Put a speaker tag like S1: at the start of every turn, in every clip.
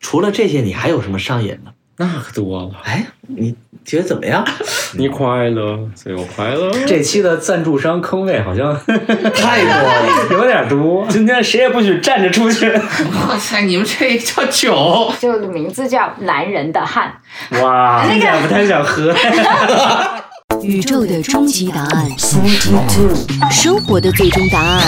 S1: 除了这些，你还有什么上瘾的？
S2: 那可多了。
S1: 哎，你觉得怎么样？
S2: 你快乐，所以我快乐。
S3: 这期的赞助商坑位好 像
S1: 太多了，
S3: 有点多，今天谁也不许站着出去。
S4: 哇塞，你们这叫酒？
S5: 这个名字叫《男人的汗
S3: 哇，
S5: 那个
S3: 现在不太想喝。
S6: 宇宙的终极答案，生活的最终答案。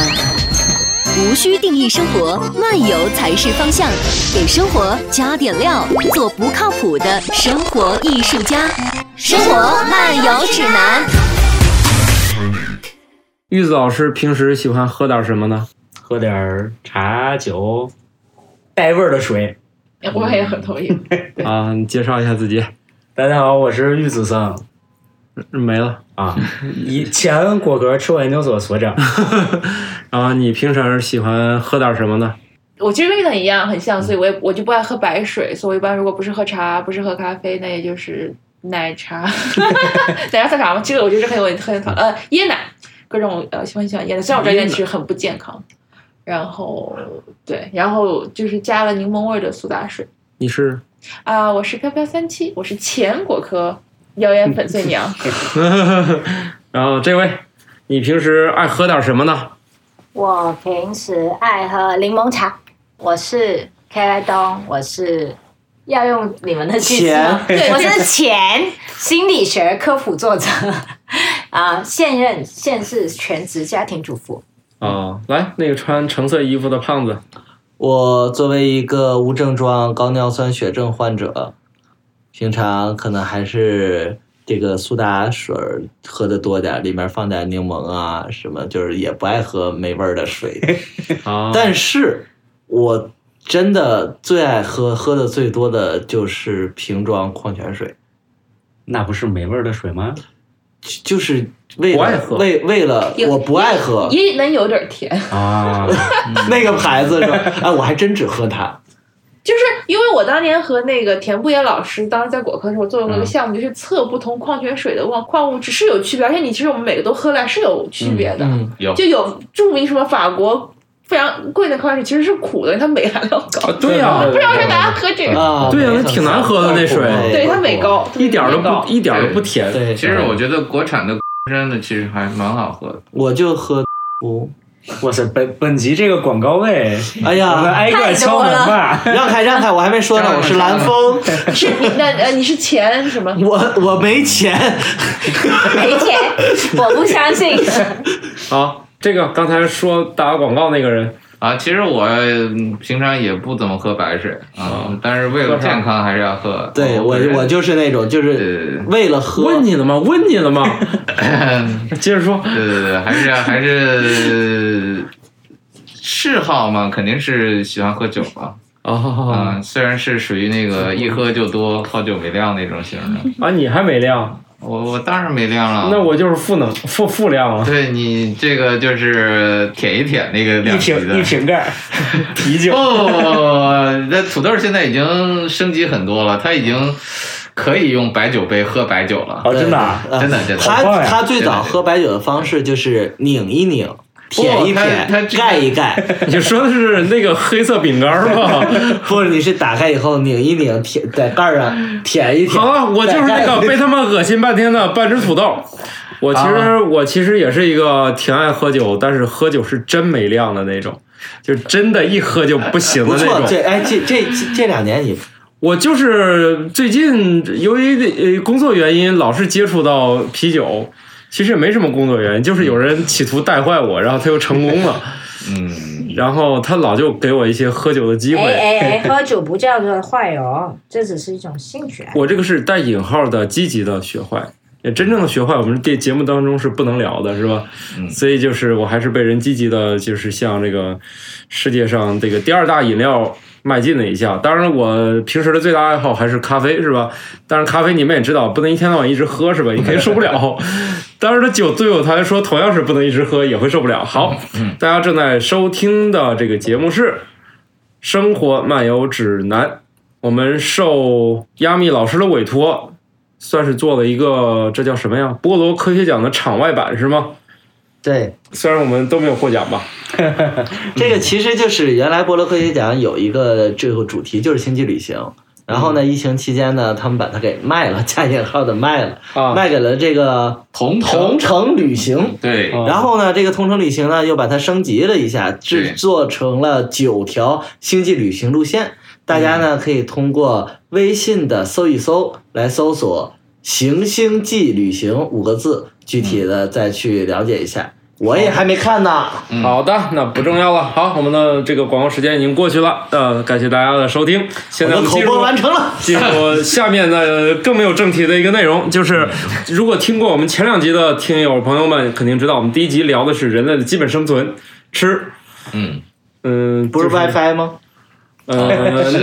S6: 无需定义生活，漫游才是方向。给生活加点料，做不靠谱的生活艺术家。生活漫游指南。
S2: 玉子老师平时喜欢喝点什么呢？
S3: 喝点儿茶酒，带味儿的水。
S4: 哎我也很 同意。
S2: 啊，你介绍一下自己。嗯
S3: 大家好，我是玉子桑
S2: 没了
S3: 啊，以前果壳吃货研究所所长。
S2: 啊！你平常喜欢喝点什么呢？
S4: 我其实跟你很一样，很像，所以我也我就不爱喝白水，所以我一般如果不是喝茶，不是喝咖啡，那也就是奶 茶，奶茶算啥吗？这个我觉得很有很很呃椰奶，各种呃喜欢喜欢椰奶，虽然我知道椰奶其实很不健康，然后对，然后就是加了柠檬味儿的苏打水
S2: 你是
S4: 啊、我是飘飘三七，我是前果科谣言粉碎 娘，
S2: 然后这位，你平时爱喝点什么呢？》。
S5: 我平时爱喝柠檬茶，我是 K Y 东，我是要用你们的句子吗，
S4: 钱
S5: 我是前心理学科普作者， 啊、现任现是全职家庭主妇。
S2: 啊，来，那个穿橙色衣服的胖子，
S1: 我作为一个无症状高尿酸血症患者，平常可能还是这个苏打水儿喝的多点儿，里面放点柠檬啊什么，就是也不爱喝没味儿的水。
S2: 啊，
S1: 但是我真的最爱喝、喝的最多的就是瓶装矿泉水，
S3: 那不是没味儿的水吗？
S1: 就就是为
S2: 不爱
S1: 了
S2: 喝
S1: 为为了
S4: 有
S1: 我不爱喝
S4: 也能有点甜。
S3: 啊，
S1: 那个牌子是吧？哎，我还真只喝它。
S4: 就是因为我当年和那个田不野老师，当时在果科的时候做过一个
S3: 嗯
S4: 项目，就是测不同矿泉水的矿矿物质是有区别，而且你其实我们每个都喝来是有区别的，
S1: 嗯，
S7: 有
S4: 就有著名什么法国非常贵的矿泉水其实是苦的，它镁含量高，
S2: 啊，对呀、
S4: 不知道 是大家喝这个，
S1: 啊，
S2: 对呀那挺难喝的那水
S4: 对它镁。高，
S2: 一点儿都不
S4: 镁
S2: 一点儿都不甜。
S1: 对，
S7: 其实我觉得国产的真的其实还蛮好喝的。
S1: 我就 喝
S2: 哦
S1: 不，
S3: 哇塞，本本集这个广告位，
S1: 哎
S4: 啊
S3: 我们
S1: 呀，
S3: 挨个敲门 吧。
S1: 让开让开，我还没说呢，我是蓝风，
S4: 高。是你那呃你是钱什么？
S2: 嗯
S1: 我我没 钱，
S5: 没钱，我不相信。
S2: 啊，这个刚才说打广告那个人，
S7: 啊，其实我嗯平常也不怎么喝白水啊、
S2: 啊
S7: 但是为了健康还是要喝。哦
S1: 对我
S7: 本人
S1: 我 就是那种就是
S7: 呃
S1: 为了喝，
S2: 问你了吗？问你了吗？接着说，
S7: 对对对，还是要还是嗜好嘛，肯定是喜欢喝酒嘛。
S2: 啊
S7: 嗯，虽然是属于那个一喝就多、好酒没量那种型的，
S2: 啊，你还没亮，
S7: 我我当然没量了。
S2: 那我就是负能负负量了。
S7: 对你这个就是舔一舔那个
S3: 一
S7: 两级
S3: 瓶
S7: 的
S3: 一。瓶盖啤 酒，
S7: 哦，那土豆现在已经升级很多了，它已经可以用白酒杯喝白酒了。
S3: 哦，真的啊，
S1: 啊
S7: 真的真的
S1: 他
S3: 好棒呀
S1: 他最早
S7: 真的
S1: 喝白酒的方式就是拧一拧，舔一舔
S7: 哦他他，这
S1: 盖一盖。
S2: 你说的是那个黑色饼干儿吧？
S1: 不是，你是打开以后拧一拧，舔在盖儿上舔一舔。
S2: 好了，我就是那个被他们恶心半天的半只土豆。我其
S1: 啊
S2: 实我其实也是一个挺爱喝酒，但是喝酒是真没量的那种，就是真的一喝就不行
S1: 不
S2: 的那
S1: 错，
S2: 种。
S1: 这哎这这这这两年你
S2: 我就是最近由于呃工作原因，老是接触到啤酒。其实也没什么工作原因，就是有人企图带坏我，然后他又成功了，
S7: 嗯，
S2: 然后他老就给我一些喝酒的机
S5: 哎
S2: 会。
S5: 哎哎，喝酒不叫做坏哦，这只是一种兴趣爱好。
S2: 我这个是带引号的积极的学坏，也真正的学坏，我们这节目当中是不能聊的，是吧？
S7: 嗯
S2: 所以就是我还是被人积极的，就是向这个世界上这个第二大饮料迈进了一下。当然，我平时的最大爱好还是咖啡，是吧？但是咖啡你们也知道，不能一天到晚一直喝，是吧？你肯定受不了。 当然，这酒对我来说同样是不能一直喝，也会受不了。好，大家正在收听的这个节目是《生活漫游指南》。我们受亚米老师的委托，算是做了一个这叫什么呀？菠萝科学奖的场外版是吗？
S1: 对，
S2: 虽然我们都没有获奖吧，
S1: 这个其实就是原来波罗科学奖有一个这个主题就是星际旅行，然后呢，疫情期间呢，他们把它给卖了，加引号的卖了，
S2: 啊，
S1: 卖给了这个
S7: 同
S1: 同城旅行。
S7: 对
S2: 啊
S1: 然后呢，这个同城旅行呢又把它升级了一下，制
S7: 对
S1: 作成了九条星际旅行路线。大家呢可以通过微信的搜一搜来搜索“行星际旅行”五个字，具体的再去了解一下。我也还没看呢。
S7: 嗯
S2: 好的，那不重要了。好，我们的这个广告时间已经过去了，呃，感谢大家的收听。现在
S1: 我的
S2: 我们
S1: 口
S2: 进
S1: 播
S2: 入
S1: 完成了。
S2: 进入下面的更没有正题的一个内容，就是如果听过我们前两集的听友朋友们肯定知道，我们第一集聊的是人类的基本生存，吃。
S7: 嗯，
S2: 嗯，
S1: 不是
S2: 就
S1: WiFi 吗？
S2: 呃，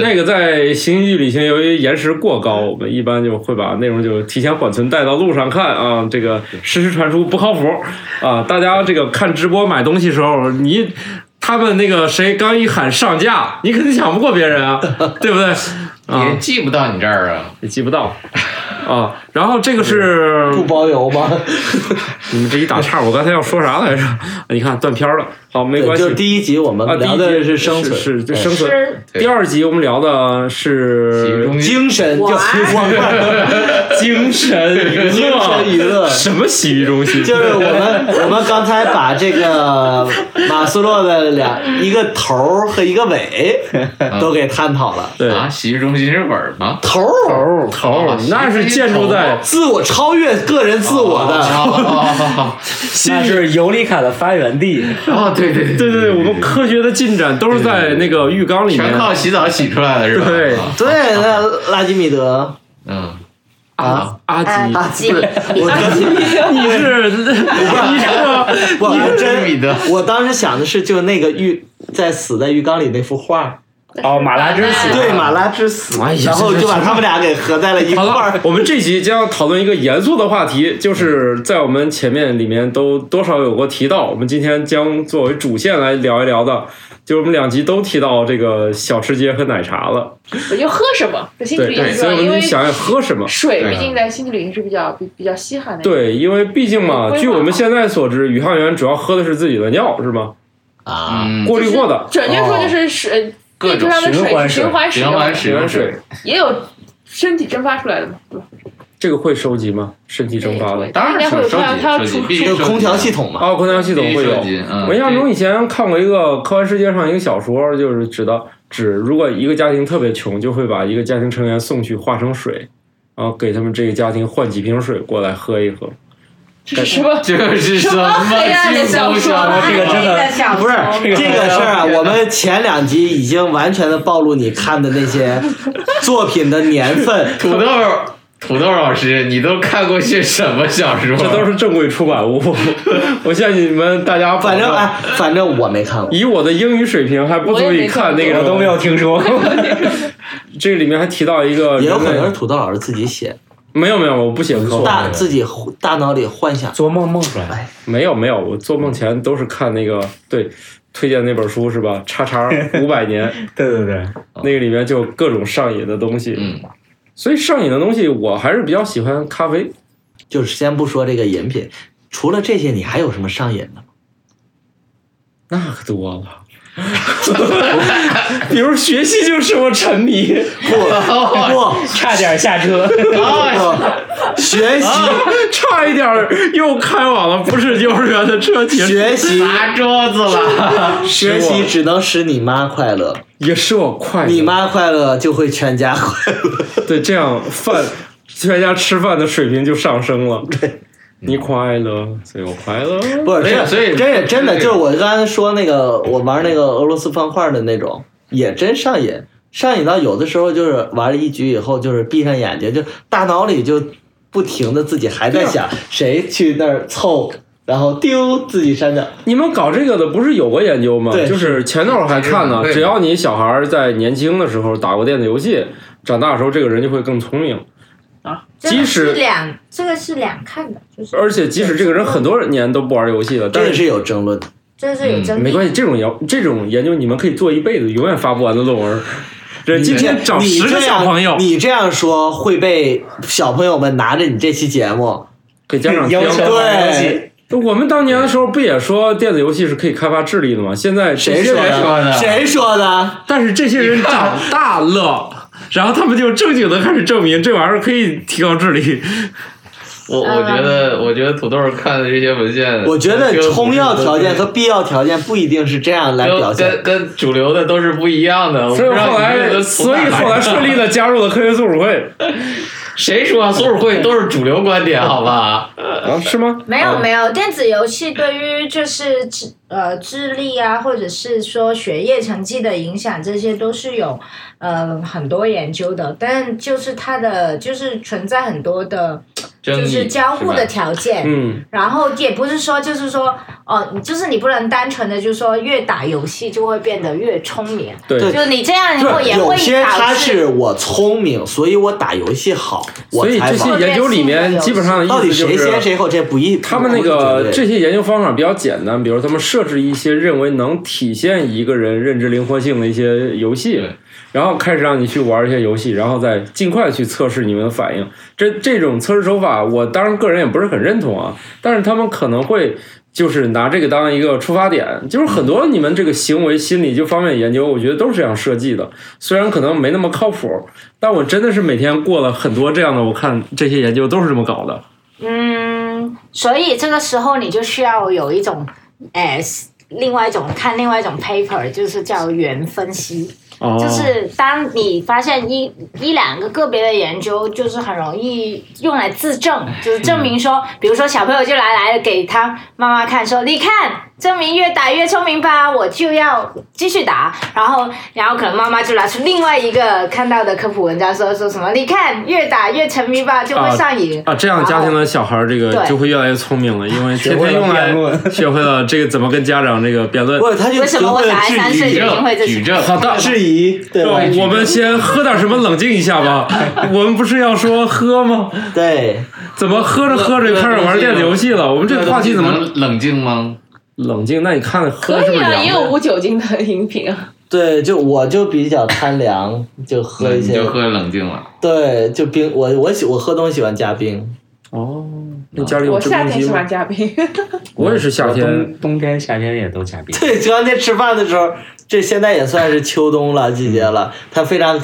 S2: 那个在《行医旅行》由于延时过高，我们一般就会把内容就提前缓存带到路上看啊。这个实时传输不靠谱啊！大家这个看直播买东西时候，你他们那个谁刚一喊上架，你肯定抢不过 别人啊，对不对？啊
S7: 也，寄不到你这儿啊。
S2: 也记不到啊。 然后这个是
S1: 不包邮吗？
S2: 你们这一打岔，我刚才要说啥来着？ 你看断片儿了，好， 没关
S1: 对，
S2: 系。
S1: 就是第一集我
S2: 啊，
S1: 们
S2: 第一
S1: 聊
S2: 集
S1: 的是生存，哎
S2: 是是
S1: 对
S2: 生存。
S4: 吃
S7: 对
S2: 第二集我们聊的是
S7: 中
S1: 精神叫
S2: 精神娱乐，
S1: 精神娱乐
S2: 什么洗浴中心？
S1: 就是我们我们刚才把这个马斯洛的两一个头儿和一个尾
S2: 啊
S1: 都给探讨了，
S2: 对
S7: 啊，洗浴中心是尾儿吗？
S1: 头儿
S2: 头头
S7: 啊
S2: 儿，哦那是建筑在啊
S1: 自我超越个人自我的，
S7: 哦
S2: 新
S3: 那是尤里卡的发源地，
S7: 哦，对对对
S2: 对对对，我们科学的进展都是在那个浴缸里面啊
S7: 全。靠洗澡洗出来的是吧？
S2: 对
S7: 啊
S1: 对，那拉基米德
S7: 嗯，
S1: 啊，
S2: 阿
S5: 啊
S2: 吉，，
S5: 基米
S1: 我
S2: 你是你是个
S1: 我还
S7: 真米
S1: 真，
S7: 德，
S1: 我当时想的是就那个浴在死在浴缸里那幅画，
S3: 哦，马拉之死，
S1: 对马拉之死
S2: 哎，呀
S1: 然后就把他们俩给合在了一块
S2: 好
S1: 儿
S2: 了。，我们这集将讨论一个严肃的话题，就是在我们前面里面都多少有过提到，我们今天将作为主线来聊一聊的，就是我们两集都提到这个小吃街和奶茶了，
S4: 我就喝什么，就星际
S2: 对
S4: 旅行
S2: 对，所
S4: 是吧
S2: 以我
S4: 因
S2: 们
S4: 为
S2: 想要喝什么？
S4: 水
S7: 对
S4: 毕竟在星际旅行是比较比比较稀罕的。，
S2: 对，因为毕竟嘛，
S4: 规划
S2: 据我们现在所知，宇航员主要喝的是自己的尿，是吗？
S1: 啊，
S7: 嗯，
S2: 过滤过的，哦
S4: 准确说就是水，地
S7: 各
S4: 球
S7: 种
S4: 上的
S3: 循环
S4: 水是
S3: 水
S4: 循环使
S7: 循
S4: 用
S7: 环
S4: 的，
S7: 使用水，
S4: 也有身体蒸发出来的嘛，对吧？
S2: 这个会收集吗？身体蒸发的
S4: 对，
S7: 当
S4: 应
S7: 然
S4: 该会有
S7: 是收
S4: 它要
S7: 集
S4: 它要
S7: 收集
S4: 出，
S7: 必须
S1: 这
S7: 收
S1: 个
S7: 集
S1: 空调系统嘛，
S2: 哦，空调系统会有
S7: 必须收集。嗯
S2: 我印象中
S7: 对
S2: 以前看过一个科幻世界上一个小说，就是指的指如果一个家庭特别穷，就会把一个家庭成员送去化成水，然后给他们这个家庭换几瓶水过来喝一喝。
S4: 这是什么？
S7: 这是什 么
S4: 黑暗的小说啊
S5: 这
S3: 这 个真的
S5: 小
S1: 不是
S5: 说
S1: 这个事儿啊，我们前两集已经完全的暴露你看的那些作品的年 份。
S7: 土豆，土豆老师，你都看过些什么小说？
S2: 这都是正规出版物，我向你们大家保
S1: 反
S2: 证
S1: 正哎，反正我没看过。
S2: 以我的英语水平还不足
S4: 我也
S2: 以
S4: 没
S2: 看那
S4: 看
S2: 个
S4: 过
S3: 我都没有听说过。
S2: 这里面还提到一个
S1: 也有可
S2: 人
S1: 能
S2: 类
S1: 是土豆老师自己写，
S2: 没有没有，我不写科幻，
S1: 大自己大脑里幻想。
S3: 做梦梦出来的，
S2: 没有没有，我做梦前都是看那个对推荐那本书是吧？叉叉五百年
S3: 对对对，
S2: 那个里面就有各种上瘾的东西，
S7: 嗯，
S2: 所以上瘾的东西我还是比较喜欢咖啡。
S1: 就是先不说这个饮品，除了这些，你还有什么上瘾 的吗？
S2: 那可多了， 比如学习就是我沉迷，
S1: 不
S3: 差点下车。
S1: 不，学习
S2: 差一点儿又开往了不是幼儿园的车前，
S1: 学习
S7: 砸桌子了，
S1: 学习只能使你妈快乐，
S2: 也是我快乐
S1: 你妈快乐就会全家快乐。
S2: 对这样饭全家吃饭的水平就上升了。对，你快乐，所以我快乐。
S1: 不是，
S7: 所
S1: 这
S7: 以所以
S1: 真是真的，
S7: 所以
S1: 就是我刚才说那个，我玩那个俄罗斯方块的那种，也真上瘾，上瘾到有的时候就是玩了一局以后，就是闭上眼睛，就大脑里就不停的自己还在想谁去那儿凑，然后丢自己删掉。
S2: 你们搞这个的不是有过研究吗？
S1: 对
S2: 就是前段我还看呢，
S7: 对
S2: 只要你小孩儿在年轻的时候打过电子游戏，长大的时候这个人就会更聪明，
S5: 这
S2: 即
S5: 个
S2: 使
S5: 是两，这个是两看的，就是
S2: 而且即使这个人很多年都不玩游戏了，
S1: 这
S2: 但
S1: 个
S2: 是。
S1: 是有争论的，
S5: 这是有真
S2: 没
S5: 理。
S2: 关系，这种研这种研究你们可以做一辈子，永远发不完的论文。这今天找
S1: 你
S2: 十
S1: 这
S2: 个小
S1: 样
S2: 朋友
S1: 你这样说会被小朋友们拿着你这期节目，
S2: 给家长听
S3: 要，求
S1: 对
S2: 我们当年的时候不也说电子游戏是可以开发智力的吗？现在这
S1: 谁
S2: 些
S1: 说
S2: 人
S7: 谁说
S1: 的？
S7: 的
S1: 谁说的？
S2: 但是这些人长大了，然后他们就正经的开始证明这玩意儿可以提高智力。
S7: 我我觉得，我觉得土豆儿看的这些文
S2: 呃
S7: 献，
S1: 我觉
S7: 跟
S1: 得
S7: 不是
S1: 充要条件
S7: 都
S1: 和
S7: 是
S1: 必要条件不一定是这样来表
S7: 跟
S1: 现。
S7: 跟跟主流的都是不一样的。我
S2: 所以
S7: 不知道
S2: 后
S7: 你这
S2: 来，
S7: 个从
S2: 所
S7: 哪
S2: 以后来
S7: 的
S2: 顺利的加入了科学组委会
S7: 谁说组委会都是主流观点？好吧，
S2: 啊？是吗？
S5: 没有没有，电子游戏对于就是智呃智力啊，或者是说学业成绩的影响，这些都是有呃很多研究的，但就是它的就是存在很多的，
S7: 争
S5: 就
S7: 议
S5: 是交互的
S7: 吧
S5: 条件。
S2: 嗯，
S5: 然后也不是说，就是说，哦、就是你不能单纯的，就是说越打游戏就会变得越聪明，
S2: 对
S1: 对
S5: 就你这样以后也
S1: 有
S5: 会
S1: 些
S5: 导
S1: 他是
S5: 致
S1: 我聪明，所以我打游戏好，我
S2: 所以
S1: 才
S2: 这些
S1: 玩。
S2: 研究里面基本上的
S1: 到
S2: 意
S1: 底
S2: 思就
S1: 谁
S2: 是
S1: 先。谁后，这不一。
S2: 他们那个这些研究方法比较简单，比如他们设置一些认为能体现一个人认知灵活性的一些游戏
S7: 对，
S2: 然后开始让你去玩一些游戏，然后再尽快去测试你们的反应。这这种测试手法，我当然个人也不是很认同啊，但是他们可能会。就是拿这个当一个出发点，就是很多你们这个行为心理这方面的研究，我觉得都是这样设计的。虽然可能没那么靠谱，但我真的是每天过了很多这样的，我看这些研究都是这么搞的。
S5: 嗯，所以这个时候你就需要有一种，哎、另外一种看另外一种 paper，就是叫源分析，
S2: 哦，
S5: 就是当你发现一一两个个别的研究，就是很容易用来自证，就是证明说，比如说小朋友就来来给他妈妈看说，你看证明越打越聪明吧，我就要继续打，然后然后可能妈妈就拿出另外一个看到的科普文章说说什么，你看越打越沉迷吧，就会
S2: 啊
S5: 上瘾。
S2: 啊，这样家庭的小孩儿这个
S5: 对
S2: 就会越来越聪明了，因为天
S1: 会
S2: 天
S1: 了
S2: 用来
S1: 辩论
S2: 学会了这个怎么跟家长这个辩论。
S1: 不是，他就
S5: 为什么我
S1: 学会
S5: 小
S1: 了
S5: 孩
S1: 质
S5: 三
S1: 疑
S5: 岁
S7: 举
S5: 就已经
S7: 证
S5: 会这
S7: 举证，
S2: 好的，
S1: 质疑，对吧？
S2: 我们先喝点什么冷静一下吧。我们不是要说喝吗？
S1: 对，
S2: 怎么喝着喝着就开始玩电子游戏了？我们这个话题怎么
S7: 能冷静吗？
S2: 冷静？那你看喝
S4: 可
S2: 是不
S4: 以
S2: 是
S4: 啊，也有
S2: 凉的？
S4: 无酒精的饮品啊。
S1: 对，就我就比较贪凉，就
S2: 嗯
S1: 喝一
S7: 你
S1: 些
S7: 就，喝冷静了。
S1: 对，就冰。我我喜我喝东西喜欢加冰，
S2: 哦，那家里有
S4: 我
S2: 制
S4: 夏
S2: 冰
S4: 天
S2: 机
S4: 喜
S2: 吗
S4: 欢？嘉宾，
S2: 我也是夏天。
S3: 冬冬天、夏天也都加 冰。
S1: 对，就刚才吃饭的时候，这现在也算是秋冬了季节了，他非常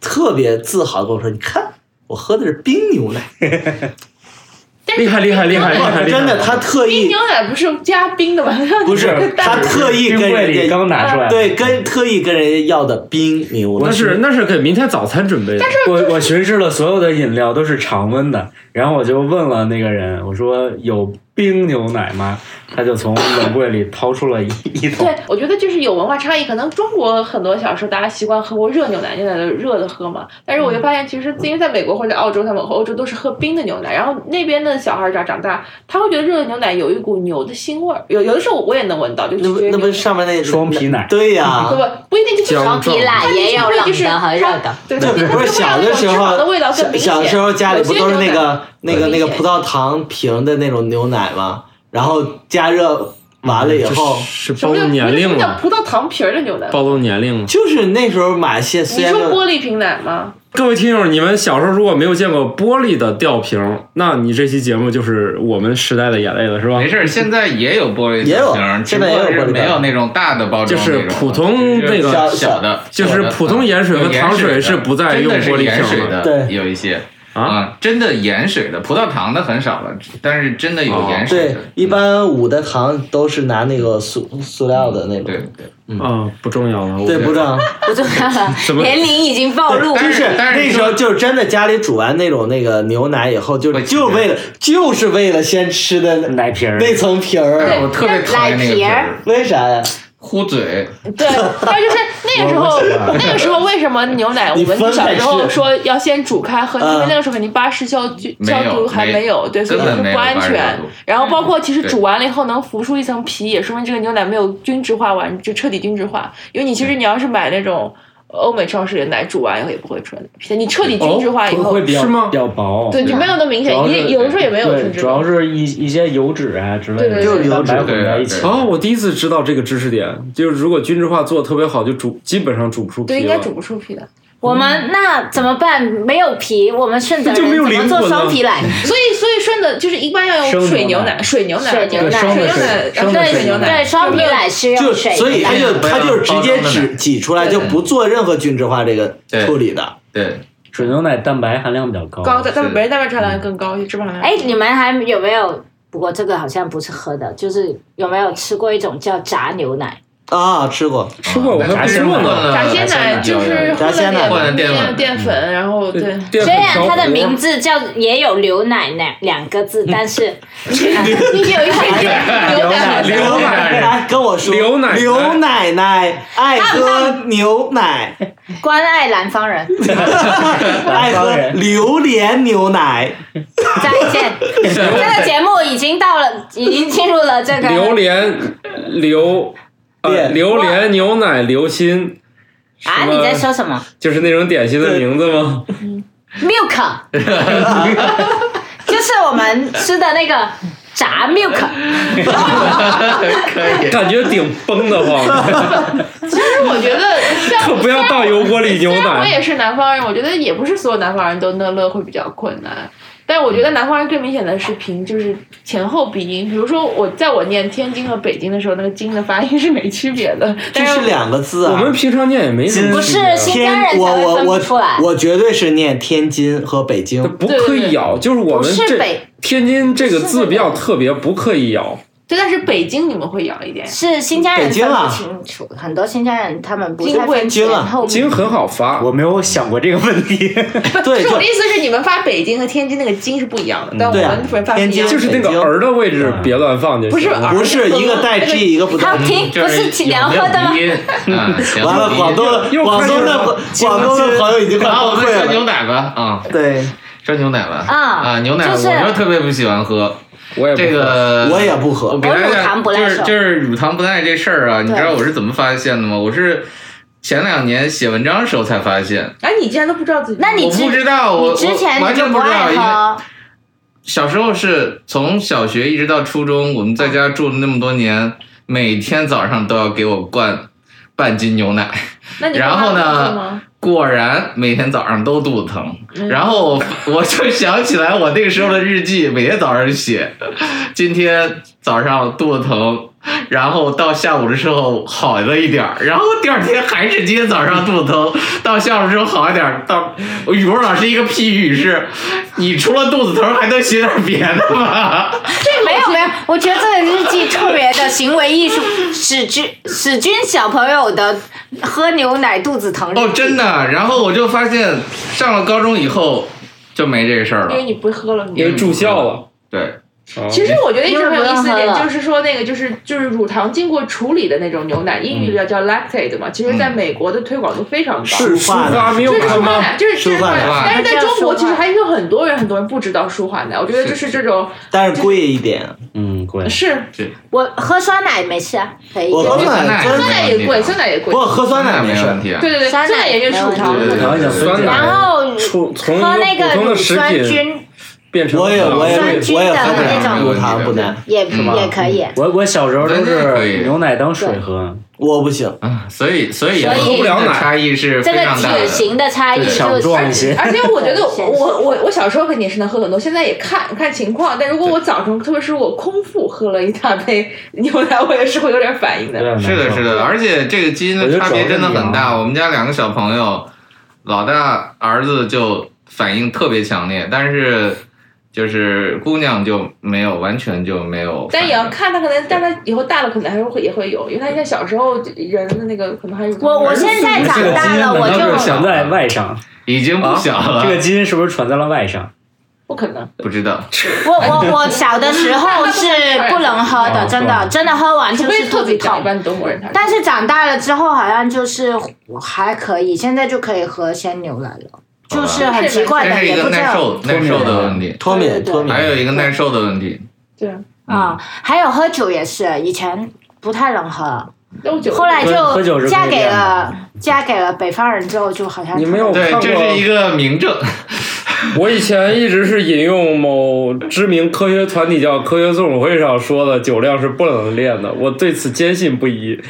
S1: 特别自豪地跟我说：“你看，我喝的是冰牛奶。
S2: 厉害厉害厉害厉害！”厉害
S1: 真的，他特
S4: 冰
S1: 意
S4: 牛奶不是加冰的吗？
S1: 不是他特意
S3: 冰
S1: 跟
S3: 柜
S1: 人
S3: 里
S1: 家
S3: 刚拿出来，
S1: 对跟特意跟人家要的冰牛奶
S2: 那。是那是给明天早餐准备的。
S3: 我我学制了所有的饮料都是常温的，然后我就问了那个人，我说有冰牛奶吗？他就从冷柜里掏出了一一 桶
S4: 对，我觉得就是有文化差异，可能中国很多小时候大家习惯喝过热牛奶，牛奶都热的喝嘛。但是我就发现，其实因为在美国或者澳洲，他们欧洲都是喝冰的牛奶，然后那边的小孩长长大，他会觉得热的牛奶有一股牛的腥味儿，有有的时候我也能闻到，就取
S1: 那不
S4: 决于
S1: 那不
S4: 牛
S1: 是上面那
S3: 双皮奶
S1: 对呀、
S4: 不不不一定就是
S2: 姜
S5: 双皮奶也有冷的和热的，
S4: 对
S1: 对，
S4: 对，
S1: 不是小的时候
S4: 的味道，更
S1: 小
S4: 明显。
S1: 小时候家里不都是那
S4: 有些牛奶
S1: 个那个那个葡萄糖瓶的那种牛奶吗？然后加热完了以后，
S2: 是
S4: 什
S2: 暴
S4: 么叫
S2: 露年
S4: 什
S2: 龄
S4: 么叫
S2: 了，
S4: 葡萄糖皮儿的牛奶？
S2: 暴露年龄了。
S1: 就是那时候买些虽
S4: 你
S1: 然
S4: 说
S1: 就
S4: 玻璃瓶奶吗？
S2: 各位听友，你们小时候如果没有见过玻璃的吊瓶，那你这期节目就是我们时代的眼泪了，是吧
S7: 没？事儿，现在也有玻璃
S1: 也有
S7: 瓶，只
S1: 现
S7: 不
S1: 在也有玻
S7: 过
S1: 璃
S7: 是
S1: 瓶
S7: 没有那种大的包装，
S2: 就是普通那个
S7: 小小的，嗯
S2: 就是普通盐水和糖水是不再用玻璃
S7: 真的是盐水
S2: 瓶
S7: 的，
S2: 了
S1: 对
S7: 有一些
S2: 啊。
S7: 真的盐水的，葡萄糖的很少了，但是真的
S2: 哦
S7: 有盐水
S1: 对
S7: 的，，
S1: 一般五的糖都是拿那个塑塑料的那种，
S7: 嗯对
S1: 对，
S7: 对。
S2: 啊，不重要了。我
S1: 不正。
S5: 不 重要了
S2: 怎，么
S5: 年
S7: 哎
S5: 龄已经暴露。
S1: 就
S7: 但
S1: 是
S7: 但是
S1: 那时候就是真的家里煮完那种那个牛奶以后，就
S7: 会起嗯
S1: 就为了就是为了先吃的那
S3: 奶瓶儿。
S1: 那层皮
S7: 但
S1: 儿，
S7: 我特别讨厌那个
S5: 奶
S7: 皮
S5: 瓶儿
S7: 儿，
S1: 为啥呀？
S7: 糊嘴，
S4: 对， 但就是那个时候，那个时候为什么牛奶我
S1: 你
S4: 们
S1: 分
S4: 小
S1: 开
S4: 时候
S1: 吃
S4: 说要先煮开喝，因
S1: 嗯
S4: 为那个时候肯定巴氏消菌
S7: 没
S4: 消
S7: 有
S4: 毒还
S7: 没
S4: 没有，对，所以
S7: 根本
S4: 就是
S7: 没
S4: 不
S7: 有
S4: 安
S7: 巴氏消
S4: 全
S7: 毒。
S4: 然后包括其实
S7: 对
S4: 煮完了以后能浮出一层皮，也说明这个牛奶没有均质化完，就彻底均质化。因为你其实你要是买那种欧美超市里的奶，煮完以后也不会出来那个皮，你彻底均质化以
S3: 会
S4: 后
S3: 会，比较
S2: 是吗
S3: 比较薄，
S4: 对，就没有那么明显
S3: 主。要是
S4: 也有的时候也没有
S3: 对，
S4: 均质
S3: 主要
S4: 化。
S3: 是一一些油脂啊之类的，
S4: 对对对
S3: 蛋白混在一
S7: 对
S3: 起
S7: 对。
S2: 哦，我第一次知道这个知识点，就是如果均质化做的特别好，就煮基本上煮不出皮
S4: 对，
S2: 了。
S4: 应该煮不出皮的。
S5: 我们那怎么办？没有皮，我们顺德
S2: 这就没有
S5: 人怎么
S2: 灵
S5: 做
S2: 魂
S5: 双
S2: 了
S5: 皮奶？
S4: 所以所以顺的就是一般要用
S3: 生
S4: 水牛
S3: 牛奶
S4: 奶，水牛奶，
S5: 水牛奶
S4: 水牛奶，
S3: 对
S4: 然后
S3: 生的
S4: 再
S5: 对
S4: 水牛奶，
S5: 对，双皮奶是
S1: 就
S5: 用水
S1: 所以
S5: 的
S1: 他就
S7: 不要
S1: 他就是直接
S7: 包装的
S1: 只挤出来，
S4: 对
S1: 就不做任何均质化这个
S7: 对
S1: 处理的。
S7: 对，
S3: 水牛奶蛋白含量比较高，
S4: 高的，但是
S7: 是
S4: 别人蛋白质含量更高，脂肪含量。
S5: 哎，你们还有没有？不过这个好像不是喝的，就是有没有吃过一种叫炸牛奶？
S1: 啊，吃过，
S2: 吃过我还
S7: 炸
S2: 不
S7: 鲜
S2: 过
S7: 呃奶
S2: 呢，
S4: 炸鲜奶就
S7: 有有
S4: 是
S7: 有
S1: 炸鲜奶
S4: 混了
S7: 混了
S4: 淀淀
S7: 淀粉
S4: 粉，然后对。
S2: 淀
S5: 虽
S2: 粉
S5: 然
S2: 调
S5: 它的
S2: 和
S5: 名字叫也有牛奶两两个字，但是啊有一点
S4: 牛奶
S2: 牛
S1: 刘奶
S2: 奶
S1: 奶 跟我说，
S2: 刘奶奶
S1: 刘奶奶爱喝牛奶，
S5: 关爱南方人，
S1: 爱喝榴莲牛奶。
S5: 再见。这个节目已经到了，已经进入 了这个
S2: 榴莲榴呃
S1: 店
S2: 榴莲牛奶流心
S5: 啊！你在说什么
S2: 就是那种点心的名字吗？
S5: ？milk，就是我们吃的那个炸 milk。
S7: 可以。
S2: 感觉挺崩的慌，
S4: 其实我觉得
S2: 可
S4: 像
S2: 不要倒油锅里牛
S4: 虽然我
S2: 奶。
S4: 也是南方人，我觉得也不是所有南方人都乐乐会比较困难。但我觉得南方人更明显的是平，就是前后鼻音。比如说我在我念天津和北京的时候，那个“津”的发音是没区别的。
S1: 这
S4: 但
S1: 是
S4: 是
S1: 两个字啊。
S2: 我们平常念也没什么
S5: 不
S2: 区别啊，
S5: 是新疆人才
S1: 天，我
S5: 会
S1: 我
S5: 分不
S1: 我
S5: 出来。
S1: 我绝对是念天津和北
S2: 它
S1: 京。
S2: 不刻意咬，就是我们
S5: 不是
S2: 这
S5: 北
S2: 天津这个字比较特别，不刻意咬。
S4: 对，但是北京你们会咬 一点。
S5: 是新疆
S1: 北
S5: 人分
S1: 京啊
S5: 不清楚，很多新疆人他们不
S4: 京
S5: 太分
S1: 京啊
S5: 前后鼻。
S2: 京很好发，
S3: 我没有想过这个问题。
S1: 对，
S4: 是
S1: 就
S4: 我的意思是，你们发北京和天津那个“津”是不一样的，但我
S1: 对啊
S4: 们发发
S1: 天津
S2: 就是那个儿的位置
S3: 嗯
S2: 别乱放就
S4: 不是
S2: 行了
S4: 儿
S1: 不是啊一个带 G 一个不带
S5: 嗯他
S1: G。
S5: 听不是请
S7: 有
S5: 聊
S7: 没
S5: 喝
S7: 有
S5: 的吗？
S7: 鼻音？嗯，行
S1: 完了，广东
S2: 又
S1: 广东的
S2: 开始了
S1: 广东的朋友已经快
S7: 啊，我
S1: 崩
S7: 们
S1: 溃
S7: 说
S1: 了。
S7: 牛奶吧，啊，
S1: 对，
S7: 说牛奶吧，
S5: 啊
S7: 牛奶，
S5: 就是
S7: 我就特别不喜欢喝
S2: 我也不
S7: 这个，
S1: 我也不
S7: 我
S1: 喝。
S7: 给大
S5: 我乳
S7: 家
S5: 糖不耐
S7: 就是
S5: 受
S7: 就是乳糖不耐这事儿啊，你知道
S5: 对
S7: 我是怎么发现的吗？我是前两年写文章的时候才发现，
S4: 哎，你竟然都不知道自己？
S5: 那你
S7: 我
S5: 之
S7: 不知道，我
S5: 你之前
S7: 我
S5: 你
S7: 完
S5: 就
S7: 全
S5: 不
S7: 不知道，
S5: 爱
S7: 因为
S5: 喝，
S7: 小时候是从小学一直到初中，我们在家住了那么多年，每天早上都要给我灌半斤牛奶。
S4: 那你
S7: 然后
S4: 妈妈
S7: 呢
S4: 会吗？
S7: 果然每天早上都肚子疼，
S4: 嗯
S7: 然后我我就想起来我那个时候的日记，每天早上写， 今天早上肚子疼，然后到下午的时候好了一点儿，然后第二天还是今天早上肚子疼， 到下午的时候好一点儿，到我语文老师一个批语是，你除了肚子疼还能写点别的吗？
S5: 没有没有，我觉得这个日记特别的行为艺术，史军史军小朋友的喝牛奶肚子疼
S7: 哦，真的，然后我就发现上了高中以后就没这事儿
S4: 因为
S7: 了，
S4: 你不会喝了，你
S2: 因为住校了。
S7: 对。
S2: 哦
S4: 其实我觉得一直很有意思的
S5: 因为不
S4: 点
S5: 能喝了
S4: 就是说，那个就是就是乳糖经过处理的那种牛奶，英语叫叫 lactate 嘛，其实在美国的推广度非常高。
S1: 是
S2: 舒发
S1: 的，
S4: 就是
S2: milk
S4: 舒化
S2: 吗？
S4: 奶，就是就是
S1: 舒化奶
S4: 但是在
S5: 它叫
S4: 中国其
S5: 舒
S4: 实
S5: 化
S4: 还有很多人，很多人不知道舒化奶。我觉得就是这种
S1: 但是贵一点。
S3: 嗯， 贵。
S4: 是
S5: 我喝酸奶没事啊，可以。
S1: 我喝
S5: 有
S1: 酸奶，
S7: 奶
S1: 酸
S4: 酸奶也贵，
S7: 没问题啊
S4: 酸奶也贵
S1: 不。过喝酸奶
S7: 没
S1: 没事儿
S7: 问。题啊。
S4: 对对对，
S5: 酸奶
S4: 酸奶也是乳糖
S5: 没问题
S7: 对
S3: 然后想分
S2: 酸
S3: 解
S2: 奶
S5: 然后
S2: 出从一
S5: 喝那
S2: 个普通
S5: 个
S2: 的
S5: 乳
S2: 食
S5: 酸
S2: 品
S5: 菌
S2: 变成
S1: 我也我也
S5: 酸菌
S1: 我也
S5: 的
S1: 喝
S5: 那
S1: 奶，
S5: 种
S1: 无糖不耐，
S5: 也
S7: 是嗯吗
S5: 也可以。
S3: 我我小时候都是牛奶当水喝，
S1: 我不行。
S7: 啊，所以所以
S5: 所以
S7: 喝不了
S2: 这个
S7: 奶，差异是
S5: 这
S7: 非
S5: 个
S7: 常大
S5: 体
S7: 的。
S5: 型的差异
S3: 就强
S5: 就是
S3: 壮一 些。
S4: 而且我觉得我我我我小时候肯定是能喝很多，现在也看看情况。但如果我早上，特别是我空腹喝了一大杯牛奶，我也是会有点反应的。
S3: 对
S7: 是的，是。的，而且这个基因的差别真的很大。我
S3: 我觉得主要是啊
S7: 们家两个小朋友，老大儿子就反应特别强烈，但是就是姑娘就没有，完全就没有反
S4: 但
S7: 应。
S4: 也要看他可能，但他以后大了可能还是会也会有，因为他像小时候人的那个可能还有。
S5: 我我现在长大了，我
S7: 这个基因
S5: 就
S3: 传在外上，
S7: 已经不小了，
S3: 啊这个基因是不是传在了外上？
S4: 不可能，
S7: 不知道。
S5: 我我我小的时 候是不能喝的，
S7: 啊
S3: 哦
S5: 真
S3: 是吧
S5: 的真的喝完
S4: 除
S5: 就
S4: 非
S5: 是
S4: 特
S5: 肚
S4: 别
S5: 子
S4: 长，一
S5: 痛。
S4: 般都默认他。
S5: 但是长大了之后，好像就是还可以，现在就可以喝鲜牛奶了，
S7: 好吧
S5: 就是很奇怪
S7: 这
S5: 的，
S7: 是一
S5: 也
S7: 个
S5: 不知
S7: 耐
S5: 道
S7: 受耐受的问题，
S1: 脱
S5: 对
S1: 敏
S5: 对对
S1: 脱敏
S7: 还，有一个耐受的问题。嗯
S4: 对啊，
S5: 啊、还有喝酒也是，以前不太能喝，
S4: 那我酒
S5: 后来
S3: 喝喝
S5: 就
S3: 酒
S5: 是嫁
S3: 可以
S5: 给
S3: 练的
S5: 了嫁给了北方人之后，就好像
S2: 你没有
S7: 对
S2: 看，
S7: 这是一
S2: 过？
S7: 个明证。
S2: 我以前一直是引用某知名科学团体叫科学纵委会上说的，酒量是不能练的，我对此坚信不疑。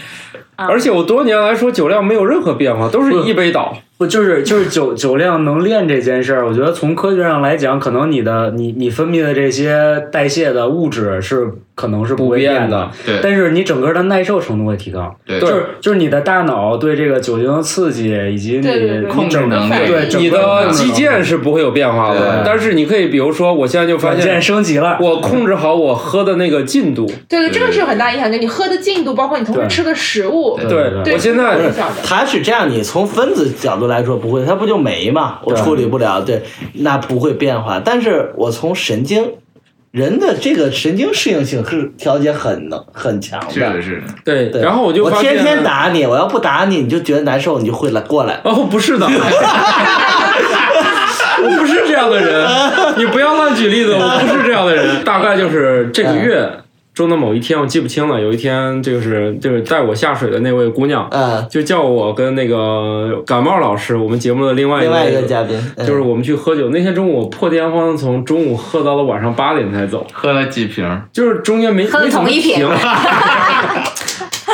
S5: 啊
S2: 而且我多年来说酒量没有任何变化，都是一杯倒。
S3: 不就是就是酒酒量能练这件事儿，我觉得从科学上来讲，可能你的你你分泌的这些代谢的物质是可能是
S2: 不
S3: 会
S2: 变
S3: 变
S2: 的，
S7: 对
S3: 但是你整个的耐受程度会提高。
S7: 对
S3: 就是就是你的大脑对这个酒精的刺激以及你
S4: 对对对
S7: 控制能力
S3: 对整
S2: 你
S3: 个
S2: 的肌腱是不会有变化的
S7: 对，
S2: 但是你可以，比如说，我现在就发
S3: 软件
S2: 现，
S3: 升级了。
S2: 我控制好我喝的那个进度。
S4: 对对，这个
S7: 对
S4: 是有很大影响，就你喝的进度，包括你同时
S3: 对
S4: 吃的食物，
S2: 对
S4: 对，
S2: 我现在
S4: 是有影响的。
S1: 它是这样，你从分子角度来说不会，它不就酶嘛，我
S3: 对
S1: 处理不了，对，那不会变化。但是我从神经，人的这个神经适应性是调节很能很强
S7: 是的，
S1: 的。
S7: 是的，
S2: 对，
S1: 对
S2: 然后我就
S1: 我
S2: 发现，
S1: 天天打你，我要不打你，你就觉得难受，你就会来过来。
S2: 哦，不是的，我不是这样的人，你不要乱举例子，我不是这样的人。大概就是这个月中的某一天，我记不清了。有一天，就是就是带我下水的那位姑娘，
S1: 嗯，
S2: 就叫我跟那个感冒老师，我们节目的另外一
S1: 另外一个
S2: 位。
S1: 嘉宾嗯
S2: 哎就是我们去喝酒，那天中午我破天荒地从中午喝到了晚上八点才走，
S7: 喝了几瓶，
S2: 就是中间没
S5: 喝了
S2: 没怎么
S5: 同一瓶
S2: 停，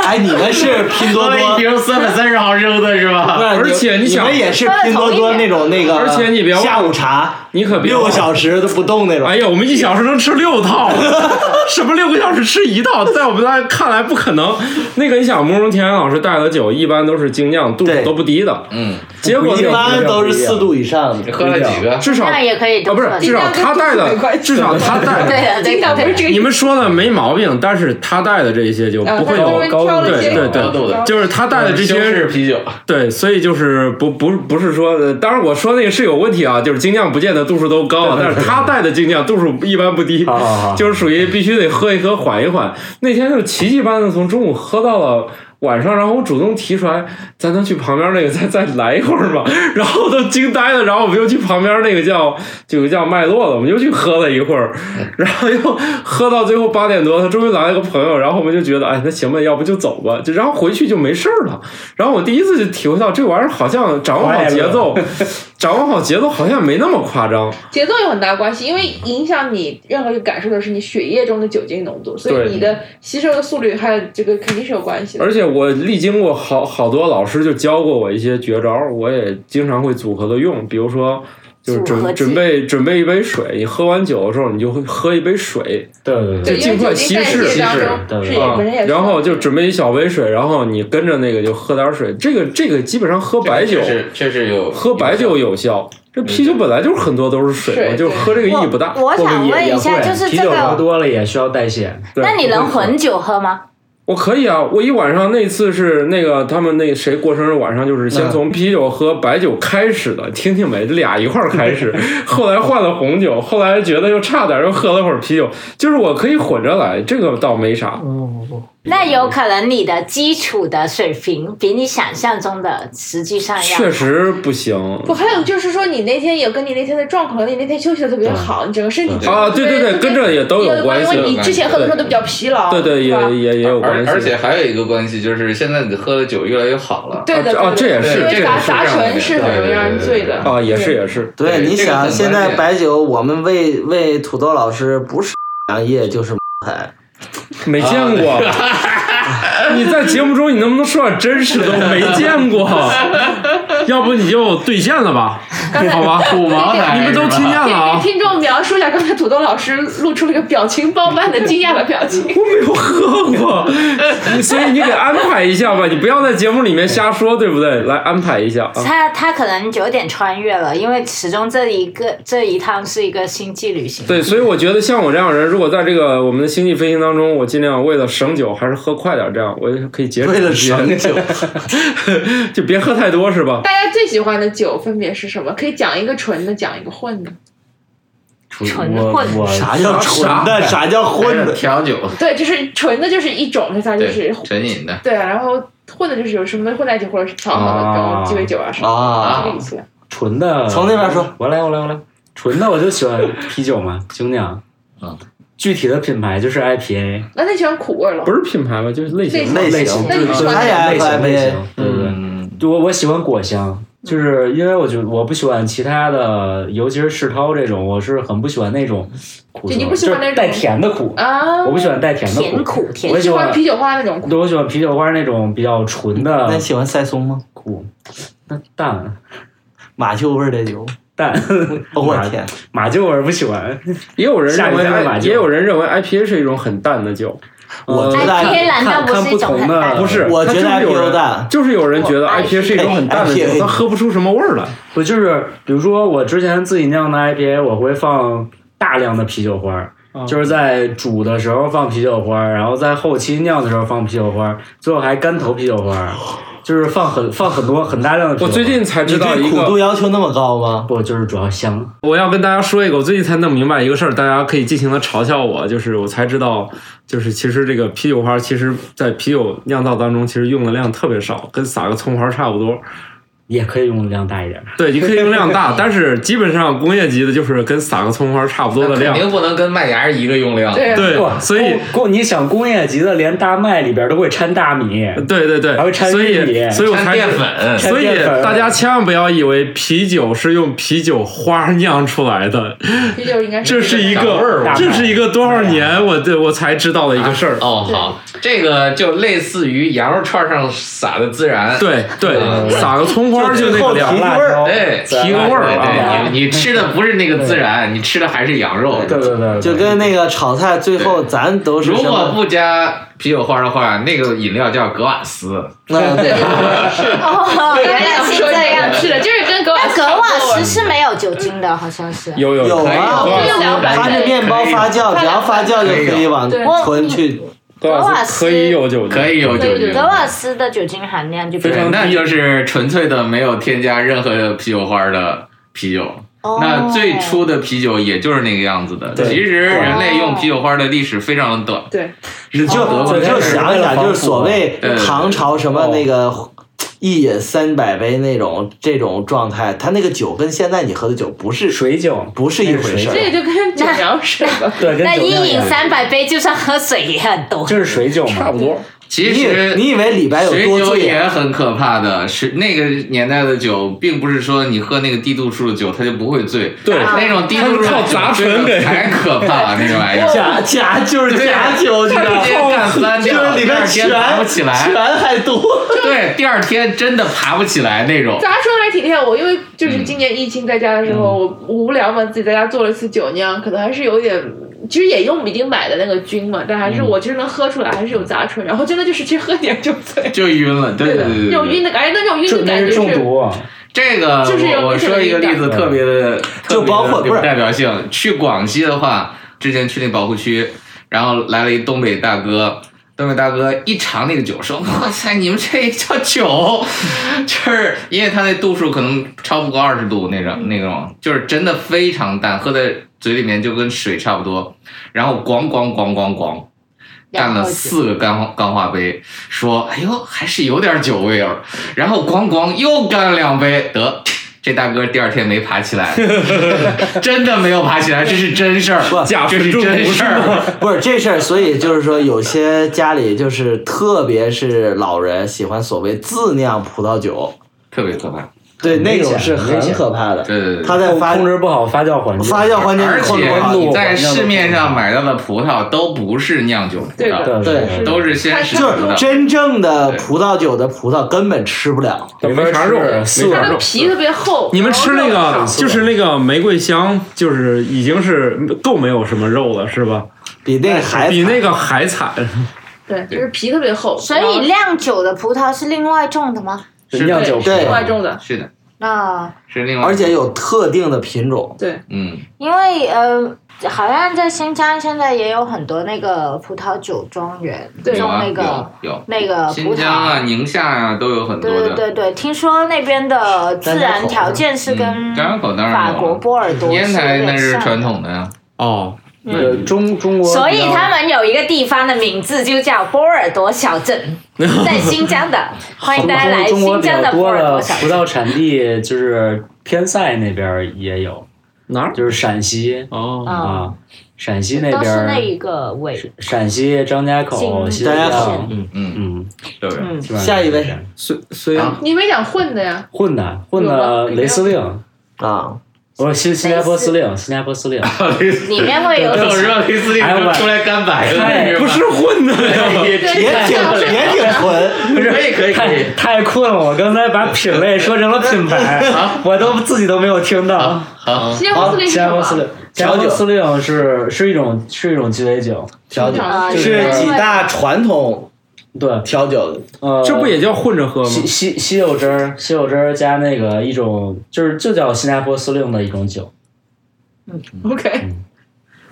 S1: 哎，你们是拼多
S7: 喝了一
S1: 多，
S7: 瓶三百三十毫升的是
S1: 不
S7: 吧？
S1: 是
S2: 而且你
S1: 你
S2: 想
S1: 们也是拼多多那种那个，
S2: 而且你别忘了
S1: 下午茶
S2: 你可别
S1: 六
S2: 忘
S1: 个
S2: 了
S1: 小时都不动那种。
S2: 哎呀，我们一小时能吃六套， 什么六个小时吃一套，在我们来看来不可能。那个你想，慕容田老师带的酒一般都是精酿，度数
S1: 对
S2: 都不低的，
S7: 嗯，
S2: 结果
S1: 一
S2: 那
S1: 般都是四度以上的，
S7: 喝了几个？
S2: 至少
S5: 那
S2: 啊
S5: 也可以这
S2: 不
S5: 么
S2: 是至
S5: 说，
S2: 少他带
S4: 没
S2: 的，
S4: 关系
S2: 至少他带
S5: 对
S2: 的。
S5: 的，对
S4: 经
S5: 的
S4: 常不
S5: 对啊
S4: 是
S5: 的。
S4: 这个，
S2: 你们说的没毛病，但是他带的这些就
S4: 啊
S2: 不会
S4: 他专
S2: 有
S4: 门
S3: 高
S4: 挑了
S2: 对
S4: 一些
S2: 对
S7: 高度
S2: 对，
S7: 的
S2: 就是他带的这
S1: 嗯
S7: 西红柿
S2: 些
S7: 啤酒，
S2: 对，所以就是不不不是说，呃当然我说那个是有问题啊，就是精酿不见得度数都 高啊，但是他带的精酿度数一般不低。
S3: 好好好，
S2: 就是属于必须得喝一喝，缓一缓。那天就奇迹般的从中午喝到了晚上，然后我主动提出来，咱能去旁边那个再再来一会儿吗？ 然后都惊呆了，然后我们又去旁边那个叫就个叫麦洛的，我们又去喝了一会儿，然后又喝到最后八点多，他终于来了个朋友，然后我们就觉得，哎，那行吧，要不就走吧，就然后回去就没事儿了。然后我第一次就体会到这玩意儿好像掌握好节奏，掌握好节奏好像没那么夸张。
S4: 节奏有很大关系，因为影响你任何一个感受的是你血液中的酒精浓度，所
S2: 对
S4: 以你的吸收的速率还有这个肯定是有关系的。
S2: 而且我历经过好好多老师就教过我一些绝招，我也经常会组合的用，比如说。就是
S5: 组合
S2: 准
S5: 技
S2: 准备准备一杯水，你喝完酒的时候，你就会喝一杯水
S3: 对对
S4: 对，
S3: 对，
S4: 因为
S2: 尽
S4: 酒
S2: 快
S4: 精代
S2: 稀释
S4: 谢当
S3: 对
S4: 中
S3: 对
S4: 是
S3: 对
S4: 也
S2: 啊
S4: 本身也，是
S2: 然后就准备一小杯水，然后你跟着那个就喝点水。这个这个基本上喝白酒
S7: 确，实确实有
S2: 喝白酒有效。这啤酒本来就是很多都是水嘛，
S4: 是
S2: 就
S4: 对
S2: 喝这个意义不大。
S5: 我我想问一下，
S3: 也会
S5: 就是
S3: 啤
S5: 这
S3: 酒喝
S5: 个，
S3: 多了也需要代谢，
S2: 对
S5: 那你能
S2: 不会
S5: 混酒喝吗？
S2: 我可以啊，我一晚上那次是那个他们那谁过生日晚上，就是
S7: 嗯
S2: 先从啤酒喝白酒开始的，听听没，俩一块儿开 始，后来换了红酒，后来觉得又差点儿，又喝了会儿啤酒，就是我可以混着来，这个倒没啥。
S7: 嗯
S5: 那有可能你的基础的水平比你想象中的实际上要
S2: 确实哎啊不行
S4: 不，还有就是说，你那天有跟你那天的状况，你那天休息的特别好，你整个身体
S7: 对
S2: 啊，对对对，跟这也都有关
S4: 因为
S2: 系，嗯
S4: 你之前喝的时候都比较疲劳，
S2: 对对，也
S4: 吧
S2: 也也有关
S7: 而
S2: 系。
S7: 而且还有一个关系就是，现在你喝的酒越来越好了。
S4: 对的
S2: 啊这也是
S4: 因
S2: 这
S4: 为
S2: 个
S4: 杂
S7: 是这
S4: 杂
S7: 样的
S4: 醇是很容易让人醉的
S2: 啊，也是也是，
S1: 对，
S7: 对
S1: 你
S7: 这个
S1: 想
S7: 很
S1: 现
S7: 关
S1: 在
S7: 键
S1: 白酒，我们喂喂土豆老师不是洋液就是海，
S2: 没见过。 你在节目中，你能不能说点真实的？我没见过，要不你就兑现了吧？好吧，
S7: 土茅台，
S2: 你们都听见了
S4: 给
S2: 啊！
S4: 听众描述一下，刚才土豆老师露出了一个表情包般的惊讶的表情。
S2: 我没有喝 过，你所以你给安排一下吧，你不要在节目里面瞎说，对不对？来安排一下啊！
S5: 他他可能有点穿越了，因为始终这一个这一趟是一个星际旅行。
S2: 对，所以我觉得像我这样的人，如果在这个我们的星际飞行当中，我尽量为了省酒，还是喝快点，这样我也可以节省
S1: 为了
S2: 一些
S1: 省，酒，
S2: 就别喝太多，是吧？
S4: 大家最喜欢的酒分别是什么？可以讲一个纯的，讲一个混的。
S5: 纯
S3: 我
S5: 混
S3: 我
S1: 啥 叫纯的，啥叫混的？
S7: 调酒，
S4: 对，就是纯的，就是一种，它就是
S7: 对，纯饮的。
S4: 对啊，然后混的就是有什么混在一起，或者是调好的，
S3: 啊
S4: 然后鸡尾酒啊什么
S1: 啊
S4: 的，这个意思。
S3: 纯的，
S1: 从那边说，
S3: 我来，我来，我来。纯的我就喜欢啤酒嘛，精酿。
S7: 嗯，
S3: 具体的品牌就是 IPA，
S4: 那那喜欢苦味了，
S2: 不是品牌吧，就是类型吧。
S1: 类
S3: 类
S1: 型
S3: 型，
S4: 那
S3: 就
S4: 你
S3: 是
S4: 喜
S3: 对
S4: 欢
S1: 哪
S3: 类
S1: 个
S3: 型
S1: IPA
S3: 类型，对对对。
S7: 嗯，
S3: 对我我喜欢果香，就是因为我觉得我不喜欢其他的，尤其是世涛这种，我是很不喜欢那种苦
S4: 就
S3: 涩，
S4: 你不喜欢那种
S3: 就是带甜的苦，
S4: 啊，
S3: 我不喜欢带甜的
S5: 嗯甜
S3: 苦，
S5: 苦甜
S3: 我喜
S4: 喜欢
S3: 欢
S4: 啤酒花那种苦。
S3: 对，我喜欢啤酒花那种比较纯的
S1: 那你喜欢赛松吗？
S3: 苦，那蛋
S1: 马厩味儿的油，
S3: 蛋，
S1: 哦我天，
S3: 马厩我是不喜欢，
S2: 也有人认为
S3: 下一家买
S2: I-
S3: 就
S2: 也有人认为 IPA 是一种很淡的酒，
S1: 我觉
S2: 呃
S1: 得
S5: 哎 IPA 难道
S3: 看
S5: 不
S3: 看
S5: 是一
S3: 不
S5: 种
S3: 同
S5: 很
S3: 的，
S5: 淡
S1: 不是
S2: 我
S1: 我觉
S2: 就
S1: 得
S2: 是有哎
S1: IPA
S2: 人
S1: 淡
S2: 就是有人觉得
S5: 我
S2: IPA 是一种很淡的酒
S1: IPA，
S2: 它喝不出什么味儿来。
S3: 不就是比如说我之前自己酿的 IPA，我会放大量的啤酒花儿。
S2: 啊
S3: 就是在煮的时候放啤酒花儿，然后在后期酿的时候放啤酒花儿，最后还干投啤酒花儿，就是放很放很多很大量的啤酒
S2: 我
S3: 花儿。
S2: 最近才
S1: 你
S2: 知道
S1: 对
S2: 一
S1: 苦
S2: 个
S1: 度要求那么高吗？
S3: 不就是主要香，
S2: 我要跟大家说一个，我最近才弄明白一个事儿，大家可以尽情的嘲笑我，就是我才知道，就是其实这个啤酒花，其实在啤酒酿造当中，其实用的量特别少，跟撒个葱花差不多。
S3: 也可以用的量大一点儿。
S2: 对，你可以用量 大，但是基本上工业级的，就是跟撒个葱花差不多的
S7: 肯
S2: 量。
S7: 定不能跟麦芽一个用量。
S4: 对
S2: 对
S3: 哇，
S2: 所以
S3: 工工你想工业级的，连大麦里边都会掺大米，
S2: 对对对
S3: 还会，掺
S2: 所
S3: 玉米
S2: 以所以我
S7: 掺
S2: 才
S7: 淀 粉，
S2: 所以大家千万不要以为啤酒是用啤酒花酿出来的，
S4: 啤酒应该
S2: 这是一
S7: 小味儿
S2: 个
S3: 吧
S2: 这是一个多少年我这我才知道的一个事儿。
S7: 哦，好，这个就类似于羊肉串上撒的孜然，
S2: 对
S7: 嗯
S2: 对，撒个葱花就那个
S1: 提
S2: 量
S1: 味。
S3: 辣
S1: 儿
S3: 椒，
S7: 对
S2: 哎提个味儿
S7: 对对，
S3: 啊
S7: 你你吃的不是那个孜然，你吃的还是羊肉。
S3: 对对对，
S1: 就跟那个炒菜最后咱都是
S7: 如
S1: 什
S7: 果
S1: 么？
S7: 不加啤酒花的话，那个饮料叫格瓦斯。
S1: 嗯，对，
S5: 哦，原来是这样。
S4: 是的，就是跟格瓦
S5: 那
S4: 斯
S5: 格
S4: 差不多
S5: 瓦斯是没有酒精的，好像是。
S2: 有有
S1: 有
S2: 可以
S1: 啊，
S7: 格
S2: 格
S7: 瓦斯
S2: 瓦
S4: 两百
S1: 它是面包发酵，只要发酵就可以往
S4: 对
S1: 纯去。
S2: 格瓦斯可啊以有酒精，
S7: 可以有酒精
S5: 格，瓦斯的酒精含量就比
S7: 对
S5: 较，
S7: 那就是纯粹的没有添加任何啤酒花的啤酒。
S5: 哦
S7: 那最初的啤酒也就是那个样子的。
S1: 对
S7: 其实人类用啤酒花的历史非常短，
S4: 对，
S7: 你
S1: 就
S7: 德国
S1: 你就
S7: 人
S1: 想一想，就是所谓
S7: 啊对对对哦
S1: 唐朝什么那个一饮三百杯那种这种状态，它那个酒跟现在你喝的酒不是
S3: 水酒，
S1: 不是一回事
S4: 这
S1: 儿。
S4: 个就跟酒酿水 吧。
S3: 对，跟
S5: 那
S3: 酒
S5: 一
S3: 酿一
S5: 饮
S3: 样，
S5: 三百杯，就算喝水也很多。
S3: 这是水酒嘛？
S2: 差不多。
S7: 其
S1: 你以为
S7: 实
S1: 你以为李白有
S7: 水
S1: 多
S7: 酒
S1: 醉
S7: 也
S1: 啊？
S7: 很可怕的，是那个年代的酒，并不是说你喝那个低度数的酒，它就不会醉。
S2: 对
S7: 那种低度数的
S2: 它是靠砸
S7: 酒
S2: 唇给
S7: 才可怕那 个玩意儿。
S1: 假假就是
S7: 啊
S1: 假酒，你知道
S7: 直接
S1: 吗？
S7: 干翻
S1: 就是
S7: 掉，
S1: 里
S7: 第
S1: 面
S7: 二
S1: 全
S7: 天爬不起来
S1: 全。还 多。
S7: 对，第二天真的爬不起来那种。
S4: 咋说来挺厉害，我因为就是今年疫情在家的时候，我无聊嘛，自己在家做了一次酒酿，可能还是有点，其实也用已经买的那个菌嘛，但还是我其实能喝出来，还是有杂醇，然后真的就是去喝点就醉。
S7: 就晕了，对
S4: 的，
S7: 对
S4: 那种晕
S7: 对。
S4: 的感觉，哎那种晕
S3: 这
S4: 的
S3: 那
S4: 感觉
S3: 是中
S4: 是，
S3: 毒啊，
S7: 这个
S4: 就是有
S7: 我我
S4: 明显
S7: 说
S4: 的
S7: 一个
S4: 晕
S7: 例子，
S3: 感
S7: 特别的，
S1: 就包括不
S7: 特别
S1: 是
S7: 的有代表性。去广西的话，之前去那保护区，然后来了一东北大哥。东北大哥一尝那个酒，说：“哇塞，你们这叫酒， 就是因为他那度数可能超不过二十度那种那种，就是真的非常淡，喝在嘴里面就跟水差不多。然后咣咣咣咣咣，干了四个钢化钢化杯，说：“哎呦，还是有点酒味啊儿。”然后咣咣又干两杯，得这大哥第二天没爬 起来，真的没有爬起来，这是真事儿，
S2: 甲
S7: 这
S2: 醇
S7: 是
S2: 中
S7: 真
S2: 毒
S7: 事儿。
S1: 不是这事儿，所以就是说，有些家里就是，特别是老人喜欢所谓自酿葡萄酒，
S7: 特别可怕。
S1: 对那
S3: 危
S1: 种
S3: 险
S1: 是
S3: 很危
S1: 很
S3: 险
S1: 可怕的。
S7: 对对对
S1: 他在
S3: 控
S1: 发
S3: 控制不好发酵环境，
S1: 发酵环境
S7: 而
S1: 控制不
S7: 且
S1: 好
S7: 你在市面上买到的葡萄都不是酿酒葡
S4: 对
S7: 萄，
S4: 的
S3: 对
S1: 对
S7: 都是先试
S1: 就
S7: 葡
S1: 是
S7: 萄。
S1: 真正的葡萄酒的葡萄根本吃不了，
S2: 没
S3: 没
S2: 啥肉
S3: 事
S2: 没
S3: 素
S2: 啥
S4: 它
S2: 肉
S4: 的皮特别厚。
S2: 你们吃那
S4: 然后
S2: 个
S4: 肉少
S2: 就是那个玫瑰香，就是已经是够没有什么肉了，是吧？
S1: 比那个还
S2: 比
S1: 惨
S2: 那个还惨。
S4: 对，就是皮特别厚，
S5: 所以酿酒的葡萄是另外种的吗？
S3: 是酿酒
S1: 对
S4: 外种的，
S7: 是的，
S5: 那
S7: 是另外。
S1: 而且有特定的品种。
S4: 对，
S7: 嗯，
S5: 因为呃，好像在新疆现在也有很多那个葡萄酒庄园，
S4: 对
S7: 有
S5: 种
S7: 啊
S5: 那
S7: 有
S5: 个
S7: 有，
S5: 那个葡
S7: 新疆啊、
S5: 萄。
S7: 宁夏啊都有很多
S5: 对
S7: 的
S5: 对。对对，听说那边的自然条件是跟
S7: 嗯张家口当然有
S5: 法
S7: 啊
S5: 国波尔多
S7: 烟
S5: 是
S7: 台
S5: 有
S7: 那
S5: 点
S7: 是
S5: 像
S7: 传，统的呀，
S2: 哦，
S3: 呃中中国比较，
S5: 所以他们有一个地方的名字就叫波尔多小 镇，在新疆的，欢迎大家来
S3: 中国
S5: 新
S3: 比
S5: 疆
S3: 较
S5: 的波
S3: 多
S5: 尔
S3: 的
S5: 多小
S3: 葡
S5: 镇。
S3: 萄产地就是偏塞那边儿也有，
S2: 哪儿？
S3: 就是陕西
S2: 哦，
S5: 嗯，
S3: 啊，陕西那
S5: 都
S3: 边
S5: 是那
S3: 儿，
S5: 一个味。
S3: 陕西张家口、
S5: 景啊
S3: 新疆
S1: 张家口，
S3: 嗯
S7: 嗯，
S3: 嗯，
S7: 对不对？
S5: 嗯，
S3: 基本上
S1: 下一位
S3: 都是这样
S2: 虽虽
S7: 啊
S4: 你没讲混的呀？
S3: 混的混
S4: 有吗
S3: 的雷司令，
S1: 啊，
S3: 我是新新加坡司令，新加坡司令，
S5: 里面会 有
S7: 等让雷斯利出来干白
S3: 哎
S7: 了，
S2: 不是混的呀。
S3: 也
S1: 也挺也挺纯，
S7: 不是？可以可以可
S3: 太
S7: 以。
S3: 太困了，我刚才把品类说成了品牌，我都自己都没有听到。
S7: 好，
S4: 新加坡司令是什
S3: 新加
S4: 么啊
S3: 坡司令，新加
S1: 调酒
S3: 坡司令是是一种是一种鸡尾酒，
S1: 调酒
S5: 啊
S1: 是几大传统
S3: 对，
S1: 调酒的
S3: 呃，
S2: 这不也叫混着喝吗？
S3: 西西西柚汁儿，西柚汁儿加那个一种就是就叫新加坡司令的一种酒，
S4: OK，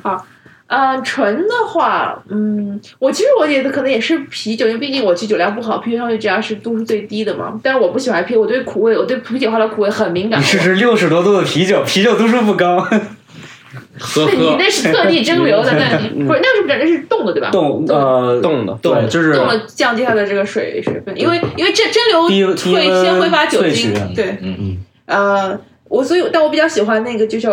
S4: 好，呃，纯的话，嗯，我其实我觉得可能也是啤酒，因为毕竟我去酒量不好，啤酒上去只要是度数最低的嘛。但是我不喜欢啤，我对苦味，我对啤酒花的苦味很敏 感。
S3: 试六十多度的啤酒，啤酒度数不高，
S2: 喝
S4: 那你
S2: 喝
S4: 那是特地蒸馏的，那你不是那是不是那是冻的对吧？
S3: 冻呃
S2: 冻的，
S3: 对，就是
S4: 冻了降低它的这个水水分，因为因为这蒸馏
S3: 低
S4: 会
S3: 低温
S4: 先挥发酒
S3: 萃
S4: 精
S3: 取，
S4: 对，
S7: 嗯
S3: 嗯，
S4: 呃，我所以但我比较喜欢那个就叫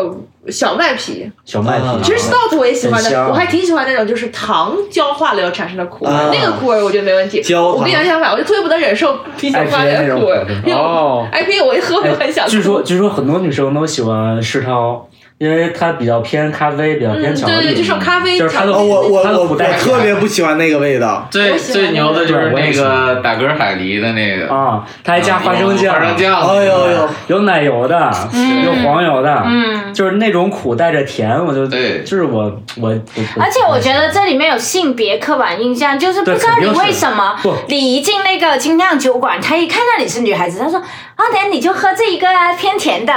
S4: 小麦啤，
S3: 小麦
S1: 啊
S3: 啤，
S4: 其实 stout 我也喜欢
S3: 很
S4: 的，
S3: 香
S4: 我还挺喜欢那种就是糖焦化了要产生的苦味，
S1: 啊
S4: 那个苦味我觉得没问题。
S1: 焦糖
S4: 我跟你讲相反，我就特别不能忍受啤酒花的苦味
S3: IPA 那种。
S4: 因为我
S2: 哦，
S4: IPA 我一喝我就很想
S3: 哎据说
S4: 吐。
S3: 据说很多女生都喜欢世涛，因为它比较偏咖啡，比较
S4: 嗯，
S3: 偏巧
S4: 对
S3: 克
S4: 对
S3: 力，
S4: 对，就是咖啡。
S3: 就是它的
S4: 巧
S1: 哦，
S4: 克力
S1: 我我
S3: 它的
S1: 我
S3: 苦
S1: 我
S3: 带
S1: 特别不喜欢那个味道，
S7: 最
S4: 我喜欢
S7: 最牛的就是
S3: 对我也
S7: 那
S3: 喜
S7: 个打嗝海狸的那个，
S3: 啊，它还加花生酱，
S7: 啊花生酱，
S1: 哎呦呦，
S3: 有奶油的，
S5: 嗯
S3: 有黄油的，
S5: 嗯。
S3: 就是那种苦带着甜，我就
S7: 对
S3: 就是我我我，
S5: 而且我觉得这里面有性别刻板印象，就是不知道你为什么
S3: 对肯定是，
S5: 你一进那个精酿酒馆，他一看到你是女孩子，他说啊，等下你就喝这一个啊，偏甜的，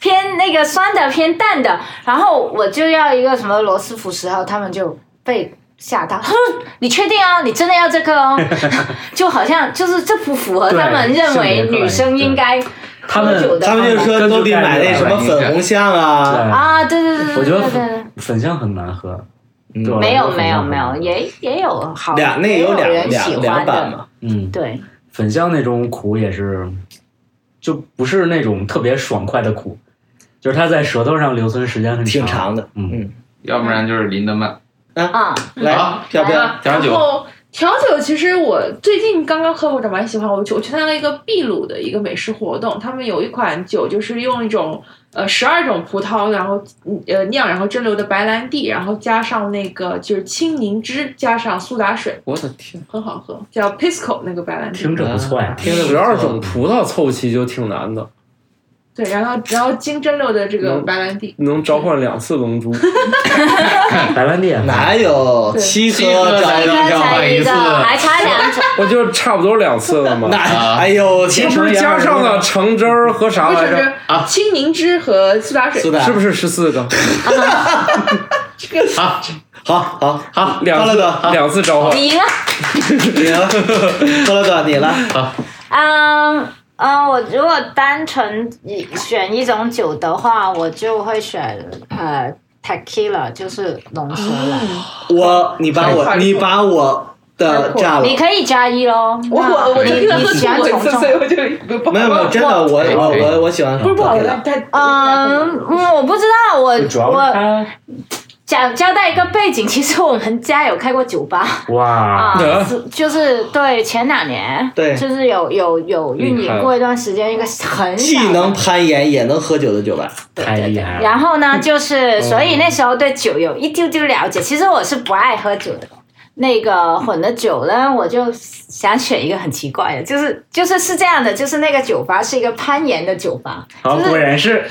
S5: 偏那个酸的，偏淡的，然后我就要一个什么螺丝福斯，然后他们就被。吓到，他说：“你确定啊？你真的要这个哦？” 就好像就是这不符合他们
S3: 对
S5: 认为
S3: 性别刻板
S5: 女生应该
S3: 他
S5: 喝酒
S3: 们
S5: 的
S1: 他
S5: 方法。
S1: 们就说都得买那什么粉红象啊，
S3: 对
S5: 啊，对对对对，
S3: 我觉得
S5: 对对对
S3: 粉粉象很难喝，
S1: 嗯
S3: 对吧
S5: 没有
S3: 我觉得
S5: 没有
S3: 粉象很
S5: 没有，
S3: 难喝
S5: 也也有好
S1: 两那
S5: 也
S1: 有
S5: 有
S1: 两
S5: 人喜
S1: 两两
S5: 欢的
S1: 版，嘛，
S3: 嗯，
S5: 对，
S3: 粉象那种苦也是，就不是那种特别爽快的苦，就是它在舌头上留存时间很
S1: 挺长的。
S3: 嗯
S1: 嗯，
S7: 要不然就是林德曼。
S5: 啊，
S1: 来
S7: 好
S1: 飘飘，
S4: 啊
S7: 调酒
S4: 然后调酒其实我最近刚刚喝过，我蛮喜欢。我去我去参加了一个秘鲁的一个美食活动，他们有一款酒就是用一种呃十二种葡萄，然后呃酿，然后蒸馏的白兰地，然后加上那个就是青柠汁，加上苏打水，
S2: 我的天，
S4: 很好喝，叫 Pisco 那个白兰地。
S3: 听着不错呀。
S1: 听着不错
S2: 十二种葡萄凑齐就挺难的，
S4: 对，然后然后经蒸馏的这个
S2: 嗯
S4: 白兰地，
S2: 能召唤两次龙珠。
S3: 白兰地，
S1: 哪有
S4: 对
S1: 七
S7: 七颗
S1: 颗才
S7: 才能
S5: 刚才一个还差两种，
S2: 我就差不多两次了嘛。
S1: 那
S7: 啊
S1: 哎呦，
S2: 是
S1: 其
S2: 不是
S1: 实
S2: 加上了橙汁儿和啥
S4: 不
S2: 来
S4: 只
S2: 着？
S4: 是
S7: 啊
S4: 青柠汁和苏打水
S1: 苏，打
S2: 是不是十四个？
S7: 好，
S1: 好好好，
S2: 两
S1: 高
S2: 次
S1: 乐哥，
S2: 两次召唤。
S5: 你赢了。
S1: 你 了，高乐哥你了，
S5: 嗯嗯，我如果单纯以选一种酒的话，我就会选呃 tequila，就是浓缩的。
S1: 我你把我
S4: 太
S1: 你把我的炸了
S5: 你，可以加一喽。
S4: 我我我
S5: 那
S4: 听了
S5: 你
S4: 喝
S5: 喜欢
S4: 吐过一
S5: 从
S4: 次，
S5: 重
S4: 所以我就不不
S1: 没有没有，真的我
S7: 可以
S1: 我
S7: 可以
S1: 我我喜欢
S4: 不是不好喝，
S1: 了，
S4: 但
S5: 嗯，嗯我不知道，我
S3: 主要是
S5: 我
S3: 它
S5: 讲交代一个背景，其实我们家有开过酒吧。
S3: 哇，
S5: 啊
S2: 啊，
S5: 是就是对前两年，
S1: 对
S5: 就是有有有运
S2: 厉害
S5: 营过一段时间，一个很
S1: 既
S5: 小的
S1: 能攀岩也能喝酒的酒吧，
S5: 对
S3: 太
S5: 对
S3: 厉
S5: 对
S3: 害了
S5: 然后呢，就是所以那时候对酒有一丢丢了解。其实我是不爱喝酒的，那个混的酒呢，我就想选一个很奇怪的，就是就是是这样的，就是那个酒吧是一个攀岩的酒吧，
S3: 好，
S5: 就是
S3: 果然是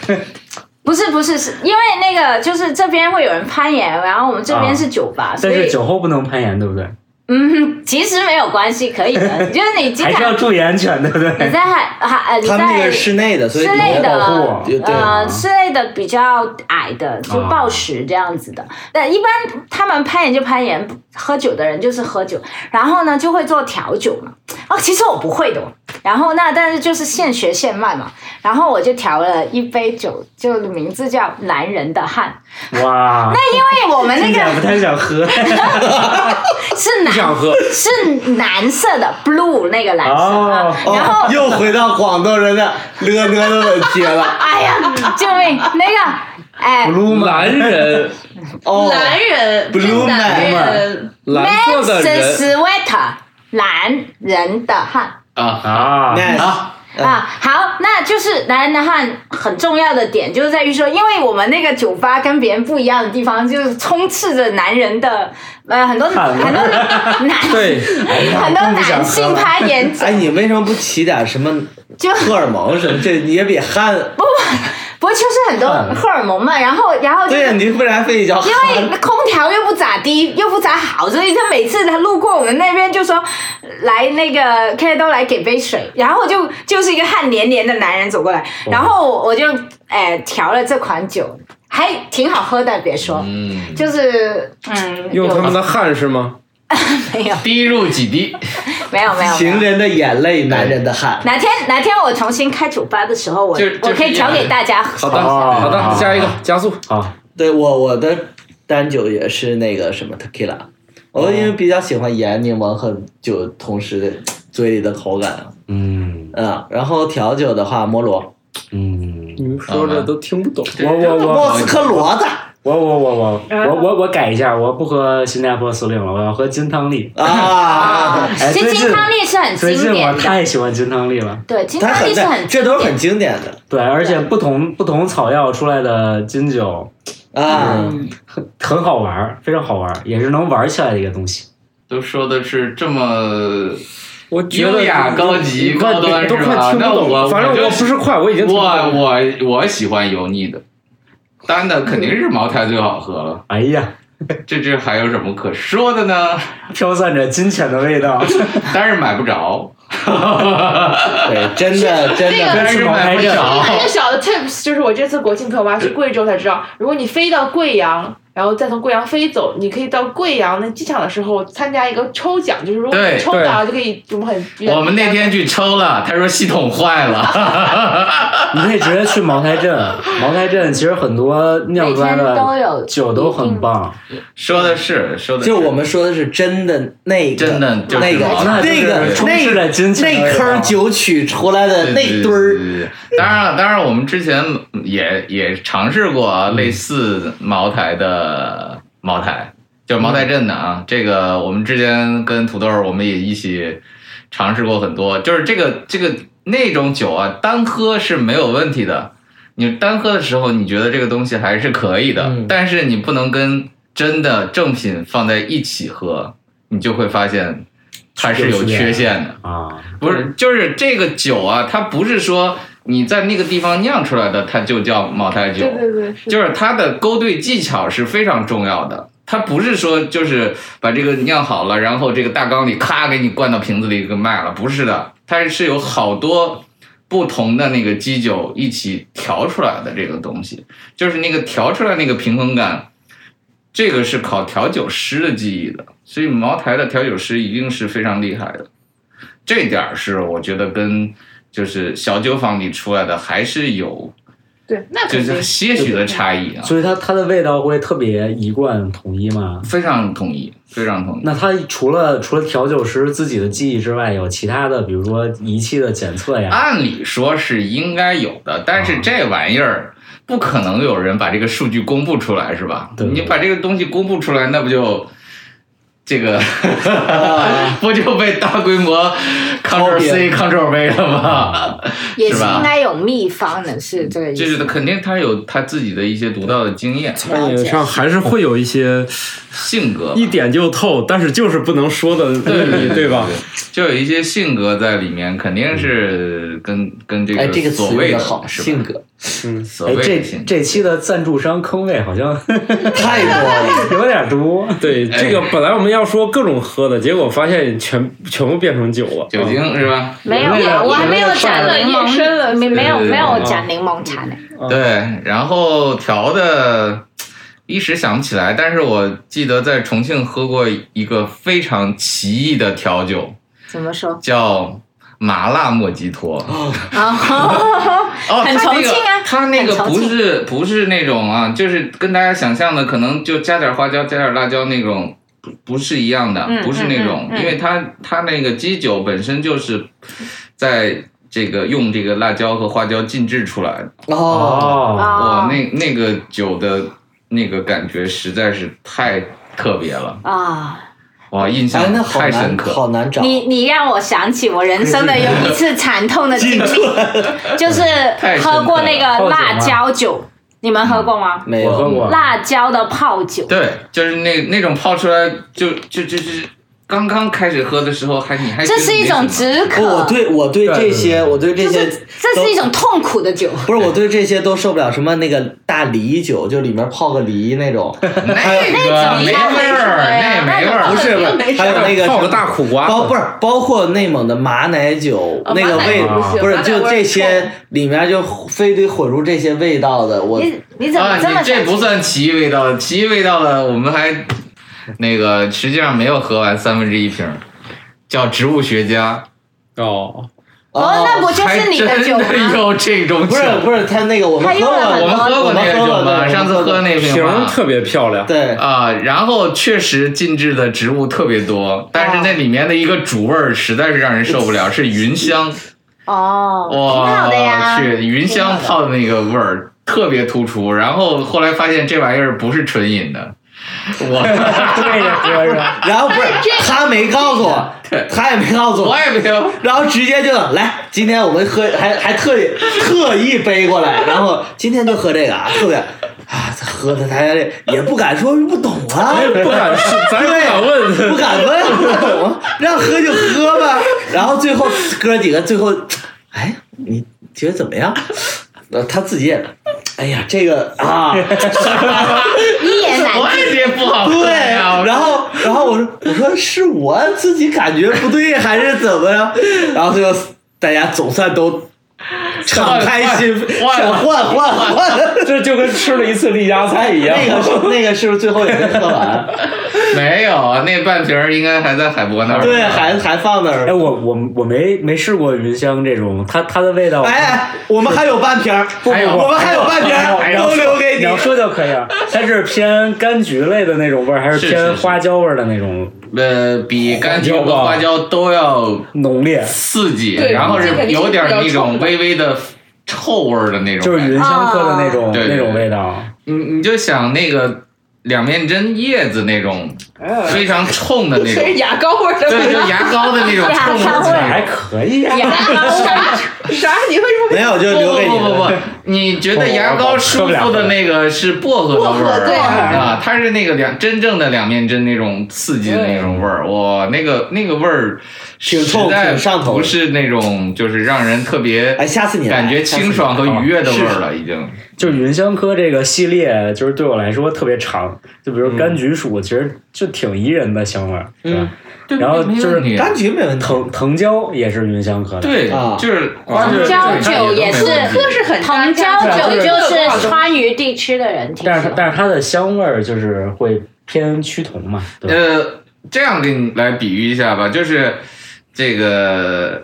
S5: 不是不是是因为那个就是这边会有人攀岩，然后我们这边
S3: 啊
S5: 是酒吧，所
S3: 但是
S5: 以
S3: 酒后不能攀岩，对不对？
S5: 嗯，其实没有关系，可以的，就是你经
S3: 还是要
S5: 常。
S3: 注意安全，对不
S5: 你
S3: 对？
S5: 在海海呃，你
S1: 他们那
S5: 在
S1: 个室内的，所以
S5: 室内
S1: 你
S5: 的
S3: 保护我
S1: 对对
S5: 呃，室内的比较矮的，就
S3: 啊
S5: 暴食这样子的。但一般他们攀岩就攀岩，喝酒的人就是喝酒，然后呢就会做调酒嘛。哦，其实我不会的哦，然后那但是就是现学现卖嘛。然后我就调了一杯酒，就名字叫《男人的汗
S3: 哇，》，
S5: 因为我们那
S3: 听起来
S5: 个
S3: 不太 想喝
S5: 是
S2: 不想
S5: 男
S2: 喝，
S5: 是蓝色的 blue 那个蓝色啊
S3: 哦，
S5: 然后
S1: 哦，又回到广东人的了呢的问题了。
S5: 哎呀，救命！那个哎，
S2: 蓝人，
S1: 哦，
S4: 男人
S1: Blue
S4: 男人
S2: 蓝色的
S5: Man's
S2: 人，
S5: sweater，男人的汗。
S7: 啊，
S3: 啊！
S1: nice，
S7: 好，
S2: 嗯
S5: 啊，好，那就是男人的汗很重要的点，就是在于说，因为我们那个酒吧跟别人不一样的地方，就是充斥着男人的呃很多
S3: 汗味
S5: 很多男
S2: 对，
S5: 很多男性发言者，
S1: 哎，你为什么不起点什么
S5: 就
S1: 荷尔蒙什么？这也比汗。
S5: 不 过就是很多
S3: 汗
S5: 荷尔蒙嘛，然后然后就
S1: 对呀，你为啥非得叫汗？
S5: 因为空调又不咋地，又不咋好，所以他每次他路过我们那边就说来那个 K 都来给杯水，然后就就是一个汗黏黏的男人走过来，然后我就哎调了这款酒，还挺好喝的，别说，
S7: 嗯，
S5: 哦就是嗯，
S2: 用
S5: 有
S2: 他们的汗是吗？
S5: 没有
S7: 滴入几滴，
S5: 没有没有没有
S1: 情人的眼泪，男人的汗。
S5: 哪天哪天我重新开酒吧的时候，我
S7: 就就是
S5: 我可以调给大家
S2: 好
S5: 喝。
S2: 的，
S3: 哦
S2: 好
S3: 好
S2: 的，
S3: 好
S2: 下一个加速。
S3: 好，
S1: 对我我的单酒也是那个什么 tequila，我因为比较喜欢盐、柠檬和酒同时的嘴里的口感，
S3: 嗯
S1: 嗯，然后调酒的话摩罗，
S3: 嗯，
S2: 你们说的都听不懂。
S3: 我我我
S1: 莫斯科骡子
S3: 我我我我
S5: 嗯
S3: 我我我改一下，我不喝新加坡司令了，我要喝金汤力。
S1: 啊，
S3: 哎，
S5: 其
S3: 最
S5: 实
S3: 近
S5: 金汤力是很
S3: 最
S5: 经
S3: 近我
S5: 典的，
S3: 太喜欢金汤力了，
S5: 对，金
S1: 它
S5: 汤力
S1: 很
S5: 是
S1: 在，
S5: 很
S1: 这都是很经典的
S3: 对，而且不同不同草药出来的金酒
S1: 啊。
S3: 很好玩儿，非常好玩儿，也是能玩起来的一个东西。
S7: 都说的是这么
S2: 我觉得
S7: 优雅高级
S2: 你快
S7: 高端
S2: 你都
S7: 是
S2: 快
S7: 吧
S2: 听不
S7: 那
S2: 懂
S7: 我
S2: 了。反正
S7: 我就
S2: 我不是快，我已经听不懂了
S7: 我我我喜欢油腻的，单的肯定是茅台最好喝了，
S3: 哎呀，
S7: 这支还有什么可说的呢？
S3: 飘散着金钱的 味道，
S7: 但是买不 着，
S1: 对，真的真
S4: 这
S1: 的
S4: 个
S7: 但是买不着。
S4: 一个小的 tips 就是，我这次国庆陪我妈去贵州才知道，如果你飞到贵阳，然后再从贵阳飞走，你可以到贵阳那机场的时候参加一个抽奖，就是如果
S7: 对
S4: 你抽到就可以，我们很
S7: 我们那天去抽了，他说系统坏了，
S3: 你可以直接去茅台镇。茅台镇其实很多酿
S5: 每
S3: 出来
S5: 天都
S3: 的
S5: 有
S3: 酒都很棒。
S7: 说的是说的是，
S1: 就我们说的是真的那个
S7: 真的就是
S1: 那个
S7: 茅
S1: 那
S7: 台
S1: 个
S3: 就是充斥着金钱的
S1: 那
S3: 味道
S1: 坑酒曲出来的那堆儿，
S7: 儿。当然了，当然我们之前也也尝试过
S1: 嗯
S7: 啊，类似茅台的茅台，就是
S1: 嗯
S7: 茅台镇的啊。这个我们之前跟土豆儿我们也一起尝试过很多，就是这个这个那种酒啊，单喝是没有问题的。你单喝的时候，你觉得这个东西还是可以的，
S1: 嗯
S7: 但是你不能跟真的正品放在一起喝，你就会发现它是有
S3: 有区别
S7: 缺陷的。
S3: 啊，
S7: 不是，就是这个酒啊，它不是说你在那个地方酿出来的，它就叫茅台酒，
S4: 对对对，是
S7: 就是它的勾兑技巧是非常重要的。它不是说就是把这个酿好了，然后这个大缸里咔给你灌到瓶子里给卖了，不是的，它是有好多不同的那个基酒一起调出来的这个东西，就是那个调出来那个平衡感，这个是考调酒师的技艺的，所以茅台的调酒师一定是非常厉害的。这点儿是我觉得跟就是小酒坊里出来的还是有
S4: 对，那
S7: 就
S4: 肯定
S7: 是些许的差异啊，
S3: 所以它它的味道会特别一贯统一嘛。
S7: 非常同意，非常同意。
S3: 那它除了除了调酒师自己的技艺之外，有其他的，比如说仪器的检测呀，
S7: 按理说是应该有的，但是这玩意儿不可能有人把这个数据公布出来，是吧？
S3: 对
S7: 你把这个东西公布出来，那不就这个不就被大规模 Ctrl C Ctrl V 了吗？
S5: 也
S7: 是
S5: 是
S7: 吧
S5: 应该有秘方的，是这个意
S7: 就是
S5: 思。
S7: 他肯定他有他自己的一些独到的经验、
S1: 啊
S2: 专业上还是会有一些
S7: 性格吧，
S2: 一点就透，但是就是不能说的
S7: 对
S2: 秘密，对吧？？
S7: 就有一些性格在里面，肯定是跟跟这
S1: 哎，这个词
S7: 所
S1: 用
S7: 谓
S1: 的
S7: 的
S1: 好，
S7: 是吧
S1: 性格
S7: 所
S3: 哎
S7: 谓，
S3: 这
S7: 的性格
S3: 这期的赞助商坑位好像
S1: 太多了。
S3: 有点多。
S2: 对，这
S7: 哎
S2: 个本来我们要说各种喝的，结果发现全全部变成酒了。啊
S7: 酒精是吧？
S5: 没有，
S3: 有那个
S5: 我还没有
S4: 犯
S5: 讲
S4: 了
S5: 柠檬
S4: 夜深了
S5: 没没有
S7: 对对
S5: 没
S7: 对
S5: 有
S2: 对
S5: 讲柠檬茶呢。
S7: 对，然后调的，一时想不起来，但是我记得在重庆喝过一个非常奇异的调酒，
S5: 怎么 说？
S7: 叫麻辣莫吉托。
S5: 啊，
S7: 哦，
S5: 很重庆啊
S7: 它那个
S5: 很重
S7: 不
S5: 庆
S7: 是不是那种啊，就是跟大家想象的可能就加点花椒、加点辣椒那种，不不是一样的，
S5: 嗯
S7: 不是那种，
S5: 嗯嗯嗯
S7: 因为它它那个基酒本身就是在这个用这个辣椒和花椒浸制出来的。
S1: 哦，
S3: 哦，
S7: 哇，
S5: 啊
S7: 那那个酒的那个感觉实在是太特别了。
S5: 啊！
S7: 哇，印
S1: 哎，
S7: 象
S1: 那好
S7: 太深
S1: 难，
S7: 刻。
S1: 好难找。
S5: 你你让我想起我人生的有一次惨痛的经历， 就是
S7: 太深
S5: 喝
S7: 刻了
S5: 过那
S3: 泡
S5: 个
S3: 酒吗
S5: 辣椒酒，你们喝过吗？
S1: 没
S3: 我喝
S1: 有，
S3: 过，
S5: 辣椒的泡酒，
S7: 嗯对，就是那那种泡出来就就就是刚刚开始喝的时候还你还
S5: 这是一种
S7: 直
S5: 止
S1: 不，我
S5: 渴，
S1: 对我对这些，我对这
S5: 就
S1: 些
S5: 是这是一种痛苦的酒。
S1: 不是我对这些都受不了，什么那个大梨酒，就里面泡个梨那 种，
S7: 那
S5: 哎
S7: 个没味儿，那没味
S1: 不
S7: 儿。
S1: 是，不是还有那个
S2: 泡
S1: 什么
S2: 个大苦瓜，
S1: 包不是包括内蒙的马奶酒，
S4: 呃
S1: 那个
S4: 马奶
S1: 味
S4: 不行
S1: 不是
S4: 马奶
S1: 就
S4: 味儿
S1: 这
S4: 重
S1: 些里面就非得混入这些味道的，我
S5: 你你怎
S7: 啊，
S5: 么这么
S7: 你这
S5: 想
S7: 不算奇异味道的，奇异味道的我们还那个实际上没有喝完三分之一瓶儿，叫植物学家。
S2: 哦，
S5: 哦，那
S1: 不
S5: 不就是你
S7: 还
S5: 的酒
S7: 真的
S5: 吗？
S7: 有这种酒
S1: 不是不是他那个我们
S5: 他
S1: 喝
S5: 用
S1: 过
S5: 了
S7: 我
S1: 的，
S7: 们喝过那个酒
S1: 我们喝过
S7: 嘛，
S1: 对
S7: 上次喝那
S2: 瓶
S7: 瓶
S2: 儿
S7: 嘛。
S2: 特别漂亮，
S1: 对，
S7: 啊、然后确实进制的植物特别多，但是那里面的一个主味儿实在是让人受不了，是云香，
S5: 哦，
S4: 嗯
S5: 挺好
S7: 哇
S5: 的呀，
S7: 去云香泡的那个味儿特别突出。然后后来发现这玩意儿不是纯饮的，我
S3: 对着喝着，
S1: 然后不是他没告诉 我，他也没告诉
S7: 我
S1: 我。
S7: 也没有。
S1: 然后直接就来，今天我们喝还还特意特意背过 来，然后今天就喝这个啊，特别啊，喝的大家这也不敢说不懂啊，
S2: 不敢，咱也
S1: 不
S2: 不敢问，
S1: 敢问，不懂啊，让喝就喝吧。然后最后哥几个最后，哎，你觉得怎么样？呃，他自己也，哎呀，这个啊，
S5: 一言难
S7: 我
S5: 尽。
S7: 也不 好喝
S1: 对，
S7: 呀。
S1: 然后然后我说我说是我自己感觉不对还是怎么着？然后最后大家总算都敞开心扉，
S7: 换
S1: 想换换换。
S2: 这就跟吃了一次例假菜一样。
S1: 那个是那个是不是最后也没喝 完？
S7: 没有，那半瓶儿应该还在海波那儿。
S1: 对，还还放那
S3: 哎，
S1: 儿。
S3: 我我我没没试过云香这种，它它的味道，
S1: 哎，我们还有半瓶儿，
S7: 还有
S1: 我们还有半瓶
S3: 哎
S1: 儿，
S3: 呀
S1: 都留给
S3: 你要
S1: 你。
S3: 说就可以了。它是偏柑橘类的那种味儿，还
S7: 是
S3: 是
S7: 是
S3: 偏
S7: 是
S3: 花椒味儿的那种
S7: 呃，比柑橘和花椒都要
S3: 浓烈？
S7: 刺激，
S4: 对
S7: 然后
S4: 这肯
S7: 是
S4: 定
S7: 有
S4: 是
S7: 点
S4: 比较
S7: 那
S4: 冲
S7: 种
S4: 的
S7: 微微的臭味儿的那种感觉。
S3: 就是云香喝的那种
S7: 啊对
S3: 那种味道。
S7: 你你就想那个两面针叶子那种非常冲的那
S4: 这哎 是
S7: 种，
S4: 牙膏味儿的
S7: 对，就牙膏的那 种
S5: 牙膏
S7: 冲
S5: 味
S7: 的
S5: 儿
S3: 还
S7: 那种。
S3: 可以啊，
S4: 啥啥？你为什么
S1: 没有就
S7: 不
S1: 留给
S7: 不
S1: 你
S7: 不
S1: 了。
S7: 不，你觉得牙膏舒服的那个是薄荷的味
S4: 薄荷对
S7: 儿
S4: 啊
S7: 啊？它是那个两真正的两面针那种刺激的那种味儿，哇，那个那个味儿
S1: 挺
S7: 实
S1: 冲
S7: 在
S1: 挺上头的
S7: 不是那种就是让人特别
S1: 哎，下次你来
S7: 感觉清爽
S1: 啊
S7: 和愉悦的味儿了，已经。
S3: 就是云香科这个系列，就是对我来说特别长。就
S2: 嗯
S3: 比如柑橘属，其实就挺宜人的香味儿，对吧？然后就是
S7: 你
S1: 柑橘没问
S2: 嗯
S1: 题。
S3: 藤藤椒也是云香科的，
S7: 对
S1: 啊，
S7: 就是
S5: 藤椒酒也是
S4: 这是很
S5: 藤椒酒
S4: 对
S5: 就是川渝地区的人挺喜
S3: 但是
S5: 欢
S3: 它。但是它的香味儿就是会偏趋同嘛，对吧？
S7: 呃，这样给你来比喻一下吧，就是这个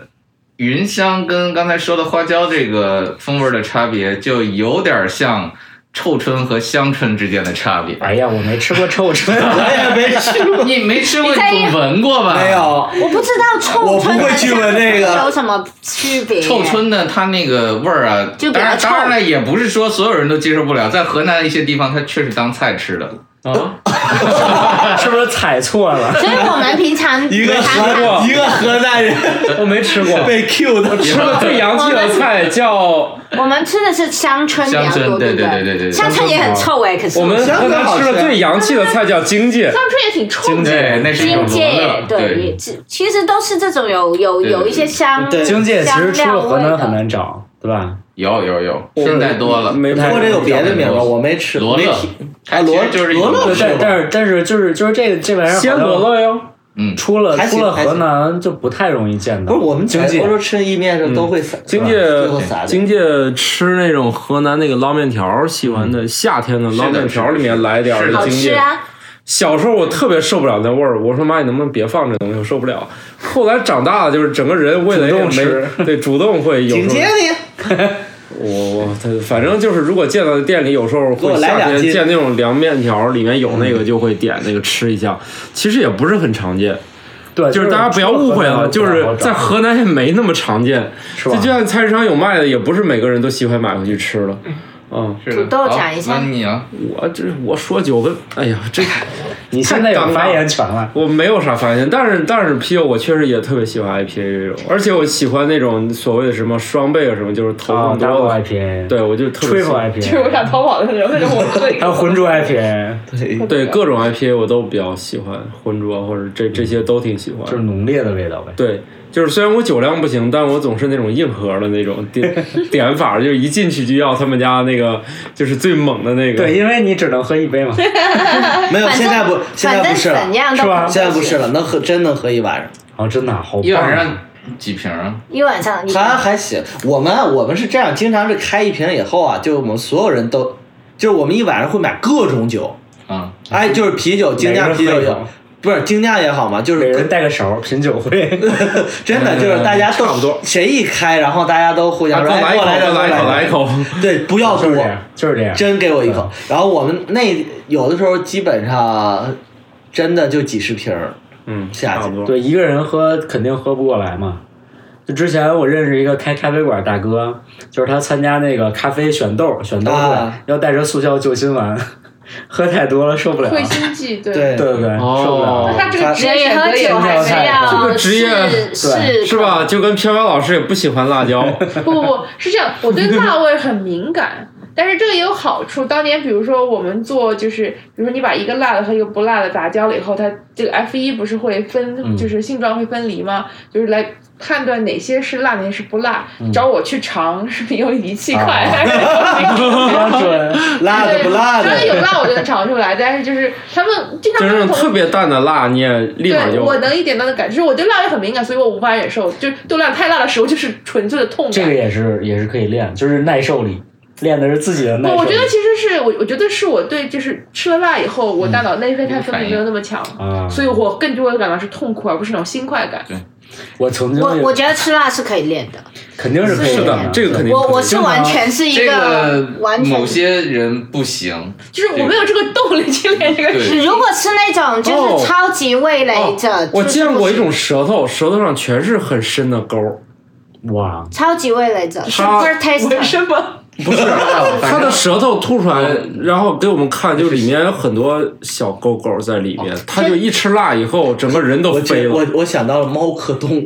S7: 云香跟刚才说的花椒这个风味的差别，就有点像臭椿和香椿之间的差别。
S3: 哎呀，我没吃过臭椿，
S1: 我也没吃过，
S7: 你没吃过，
S5: 你在意
S7: 总闻过吧？
S1: 没。有。
S5: 我不知道臭
S1: 我不
S5: 椿
S1: 会
S5: 和
S1: 去
S5: 香
S1: 闻那
S5: 椿
S1: 个
S5: 有什么区别。
S7: 臭椿呢，它那个味儿啊，
S5: 就比
S7: 当
S5: 较
S7: 然
S5: 臭
S7: 当然了，也不是说所有人都接受不了，在河南一些地方，它确实当菜吃的。
S2: 啊，
S3: 啊 是不是踩错了？
S5: 所以我们平常
S1: 一个
S5: 常常
S1: 河一个河南 人
S2: 我没吃过。
S1: 被 Q 的，
S2: 吃过 最洋气的菜 叫
S5: 我们吃的是香椿比较
S7: 香椿
S5: 多，
S7: 对
S5: 不
S7: 对对对对
S5: 香椿也很臭哎，可是
S2: 我们河南吃
S1: 啊
S5: 啊
S2: 的最洋气的菜叫荆芥，
S4: 香椿也挺冲的，
S7: 对，那是一种
S5: 荆
S7: 罗
S5: 芥
S7: 勒。
S5: 对，也其其实都是这种有有
S7: 对对
S5: 有一些香
S1: 对
S3: 荆芥其实除
S5: 香
S3: 了
S5: 料
S3: 河
S5: 味
S3: 南
S5: 的
S3: 很难找，对吧？
S7: 有有有，
S2: 我
S7: 现在多了。
S2: 没太
S1: 或者有别的名儿吧，我没吃。
S7: 罗
S1: 没
S7: 勒
S1: 听，
S7: 它
S1: 啊罗
S7: 其实就是一
S1: 罗勒
S7: 种
S3: 对，
S1: 是
S3: 但
S1: 吗
S3: 但是但是就是就是这个这玩意儿好像，
S2: 鲜罗勒哟，
S7: 嗯，
S3: 出了
S1: 还行
S3: 出了
S1: 还行
S3: 河南就不太容易见到。
S1: 不是我们在
S3: 经济
S1: 欧洲吃意面的时候都会撒，
S2: 荆
S1: 是吧最后撒点
S2: 芥，荆芥吃那种河南那个捞面条儿喜欢的，夏天的捞面条儿里面来点儿
S7: 是的
S5: 好
S2: 荆
S5: 吃
S2: 芥。
S5: 啊，
S2: 小时候我特别受不了那味儿，我说妈，你能不能别放这东西，我受不了。后来长大了，就是整个人味蕾也
S3: 主动吃
S2: 没对，主动会有时
S1: 紧
S2: 候
S1: 接着
S2: 我我他反正就是，如果见到店里有时候
S1: 给我
S2: 会
S1: 来
S2: 夏
S1: 两
S2: 天
S1: 斤
S2: 见那种凉面条，里面有那个就会点那个吃一下，其实也不是很常见，
S3: 对，
S2: 就是大家不要误会了，就
S3: 出河
S2: 是
S3: 南
S2: 在河南也没那么常见，
S3: 是
S2: 就
S3: 吧
S2: 就？算菜市场有卖的，也不是每个人都喜欢买回去吃了。嗯，
S7: 是的
S5: 土豆
S7: 好
S5: 讲一下
S7: 那你啊，
S2: 我这我说酒跟哎呀，这
S3: 你现在有发言权了。
S2: 我没有啥发现，但是但是啤酒我确实也特别喜欢 IPA 这种，而且我喜欢那种所谓的什么双倍啊什么，就是头
S3: 啊
S2: 更多
S3: ，double
S2: 的。
S3: IPA，
S2: 对，我就特别喜
S3: ，triple
S2: 欢。
S4: 就是我
S3: IPA，
S4: 想淘宝的那种，那种我可以
S3: 还。有浑浊 IPA，
S1: 对，
S2: 对各种 IPA 我都比较喜欢，浑浊或者这这些都挺喜欢。
S3: 就是浓烈的味道呗。
S2: 对，就是虽然我酒量不行，但我总是那种硬核的那种点点法，就是一进去就要他们家那个就是最猛的那个。
S3: 对，因为你只能喝一杯嘛。
S1: 没有，
S5: 反
S1: 现
S5: 正
S1: 在不，现
S5: 反
S1: 在
S5: 正
S1: 不是了
S5: 怎，样都
S3: 是吧
S1: 现在不是了，能喝真能喝一晚上。
S3: 哦，真的啊好
S7: 一晚
S3: 棒！
S7: 上几瓶啊？
S5: 一晚上一
S1: 还还行，我们啊我们是这样，经常是开一瓶以后啊，就我们所有人都，就是我们一晚上会买各种酒，
S7: 啊，
S1: 哎，就是啤酒、精
S3: 每个
S1: 酿
S3: 人
S1: 啤酒
S3: 喝一
S1: 也
S3: 口，
S1: 不是精酿也好嘛，就
S3: 每
S1: 是
S3: 人带个勺儿，品酒会。
S1: 真的就是大家都
S2: 差不多
S1: 谁一开，然后大家都互
S2: 啊，
S1: 相说
S2: 再来
S1: 哎
S2: 一口，
S1: 过来
S2: 再
S1: 过
S2: 来一口，来
S1: 来
S2: 一，口。
S1: 对，不要
S3: 就是这
S1: 多
S3: 样，，就是这样。
S1: 真给我一
S2: 嗯
S1: 口。然后我们那有的时候基本上真的就几十瓶儿，
S2: 嗯，
S1: 下
S2: 差
S1: 去
S2: 不多。
S3: 对，一个人喝肯定喝不过来嘛。就之前我认识一个开咖啡馆大哥，就是他参加那个咖啡选豆选豆会，
S1: 啊
S3: 要带着速效救心丸， 喝太多了受不了。
S4: 会
S3: 对
S4: 心计，对。
S1: 对
S3: 对对，
S2: 哦
S3: 受不了。
S4: 那这个职
S5: 所以
S4: 业选
S5: 喝
S4: 择也
S5: 酒
S4: 是
S5: 还是
S3: 这
S5: 要
S2: 个职业
S5: 试试
S2: 是吧？就跟飘飘老师也不喜欢辣椒，
S4: 不不不是这样，我对辣味很敏感，但是这个也有好处。当年比如说我们做就是，比如说你把一个辣的和一个不辣的打交了以后，它这个 F 一不是会分，就是性状会分离吗？就是来判断哪些是辣，哪些是不辣。找我去尝是比有仪器快。
S3: 非常准，
S1: 辣的不辣的
S4: 当，然有辣我就能尝出来，但是就是他们经常
S2: 就是那种
S4: 跟我
S2: 特别淡的辣，你也立马
S4: 对，
S2: 就
S4: 我能一点到的感，就是我对辣味很敏感，所以我无法忍受，就是对辣太辣的食物就是纯粹的痛感。
S3: 这个也是也是可以练，就是耐受力，练的是自己的耐
S4: 不，
S3: 受力。
S4: 我觉得其实是我，我觉得是我对就是吃了辣以后，我大脑内啡肽分泌没有那么强，
S3: 啊，
S4: 所以我更多的感到是痛苦，而不是那种新快感。
S3: 我曾经
S5: 我
S3: 也
S5: 我觉得吃辣是可以练的，
S3: 肯定是可以
S2: 是
S3: 练
S2: 的，这个肯定
S5: 我
S2: 可以
S5: 我是完全是一
S7: 这
S5: 完全
S7: 某些人不行，
S4: 就是我没有这个动力去练这个
S7: 对
S4: 事。
S5: 如果是那种就是超级味蕾者，
S2: 哦我
S5: 就是
S2: 见过一种舌头，舌头上全是很深的沟儿，
S3: 哇，
S5: 超级味蕾者
S2: 他
S5: ，super
S4: 纹
S5: taster，
S4: 身吗？
S7: 不是
S2: 他的舌头吐出来，然后给我们看，就里面有很多小沟沟在
S5: 哦
S2: 里面。他就一吃辣以后，整个人都
S1: 我
S2: 飞
S1: 觉我
S2: 了。
S1: 我想到了猫可 洞，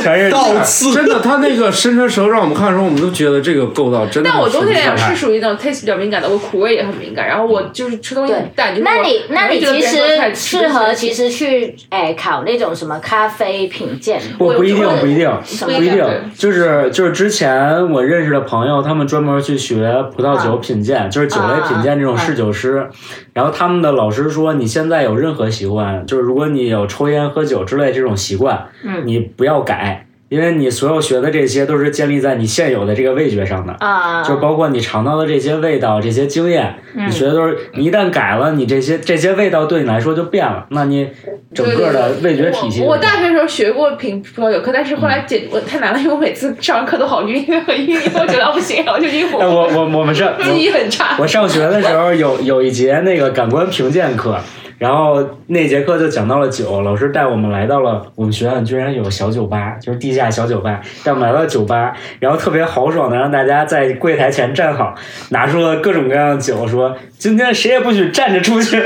S3: 全是
S1: 倒刺
S2: 真的，他那个伸出舌头让我们看的时候，我们都觉得这个构造真的
S4: 但
S2: 很
S4: 我
S2: 舒
S4: 冬
S2: 服。
S4: 天也是属于那种 taste 比较敏感的，我苦味也很敏感，然后我就是吃东西很淡，就是我
S5: 那你那你
S4: 我觉得
S5: 其
S4: 别人都
S5: 实
S4: 太
S5: 适合其实去哎考那种什么咖啡品鉴，
S3: 不
S4: 我
S3: 不一定
S4: 我，
S3: 不一定，
S5: 什
S3: 不
S5: 么
S3: 一定
S4: 感觉，
S3: 就是就是之前我认识的朋友，他们专门去学葡萄酒品鉴，就是酒类品鉴这
S4: 啊
S3: 种侍酒师。然后他们的老师说，你现在有任何习惯，就是如果你有抽烟、喝酒之类这种习惯，
S5: 嗯
S3: 你不要改，因为你所有学的这些都是建立在你现有的这个味觉上的。
S5: 啊，
S3: 就是包括你尝到的这些味道、这些经验，
S5: 嗯
S3: 你学的都是你一旦改了，你这些这些味道对你来说就变了，那你整个的味觉体系嗯就
S4: 我。我
S3: 变了
S4: 大学的时候学过品葡萄酒课，但是后来解我太难了，因为我每次上完课都好晕， 晕以后觉得不行，我就晕 火，
S3: 哎，我我我们是，我
S4: 记忆很差。
S3: 我上学的时候有有一节那个感官评鉴课，然后那节课就讲到了酒，老师带我们来到了我们学院居然有小酒吧，就是地下小酒吧，带我们来到酒吧，然后特别豪爽的让大家在柜台前站好，拿出了各种各样的酒，说今天谁也不许站着出去。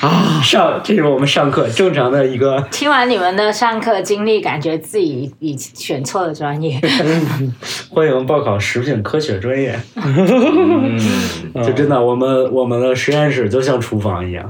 S3: 啊， 上这是我们上课正常的一个，
S5: 听完你们的上课经历，感觉自己已选错了 专业。
S3: 欢迎报考食品科学专业。 就真的，我们我们的实验室就像厨房一样。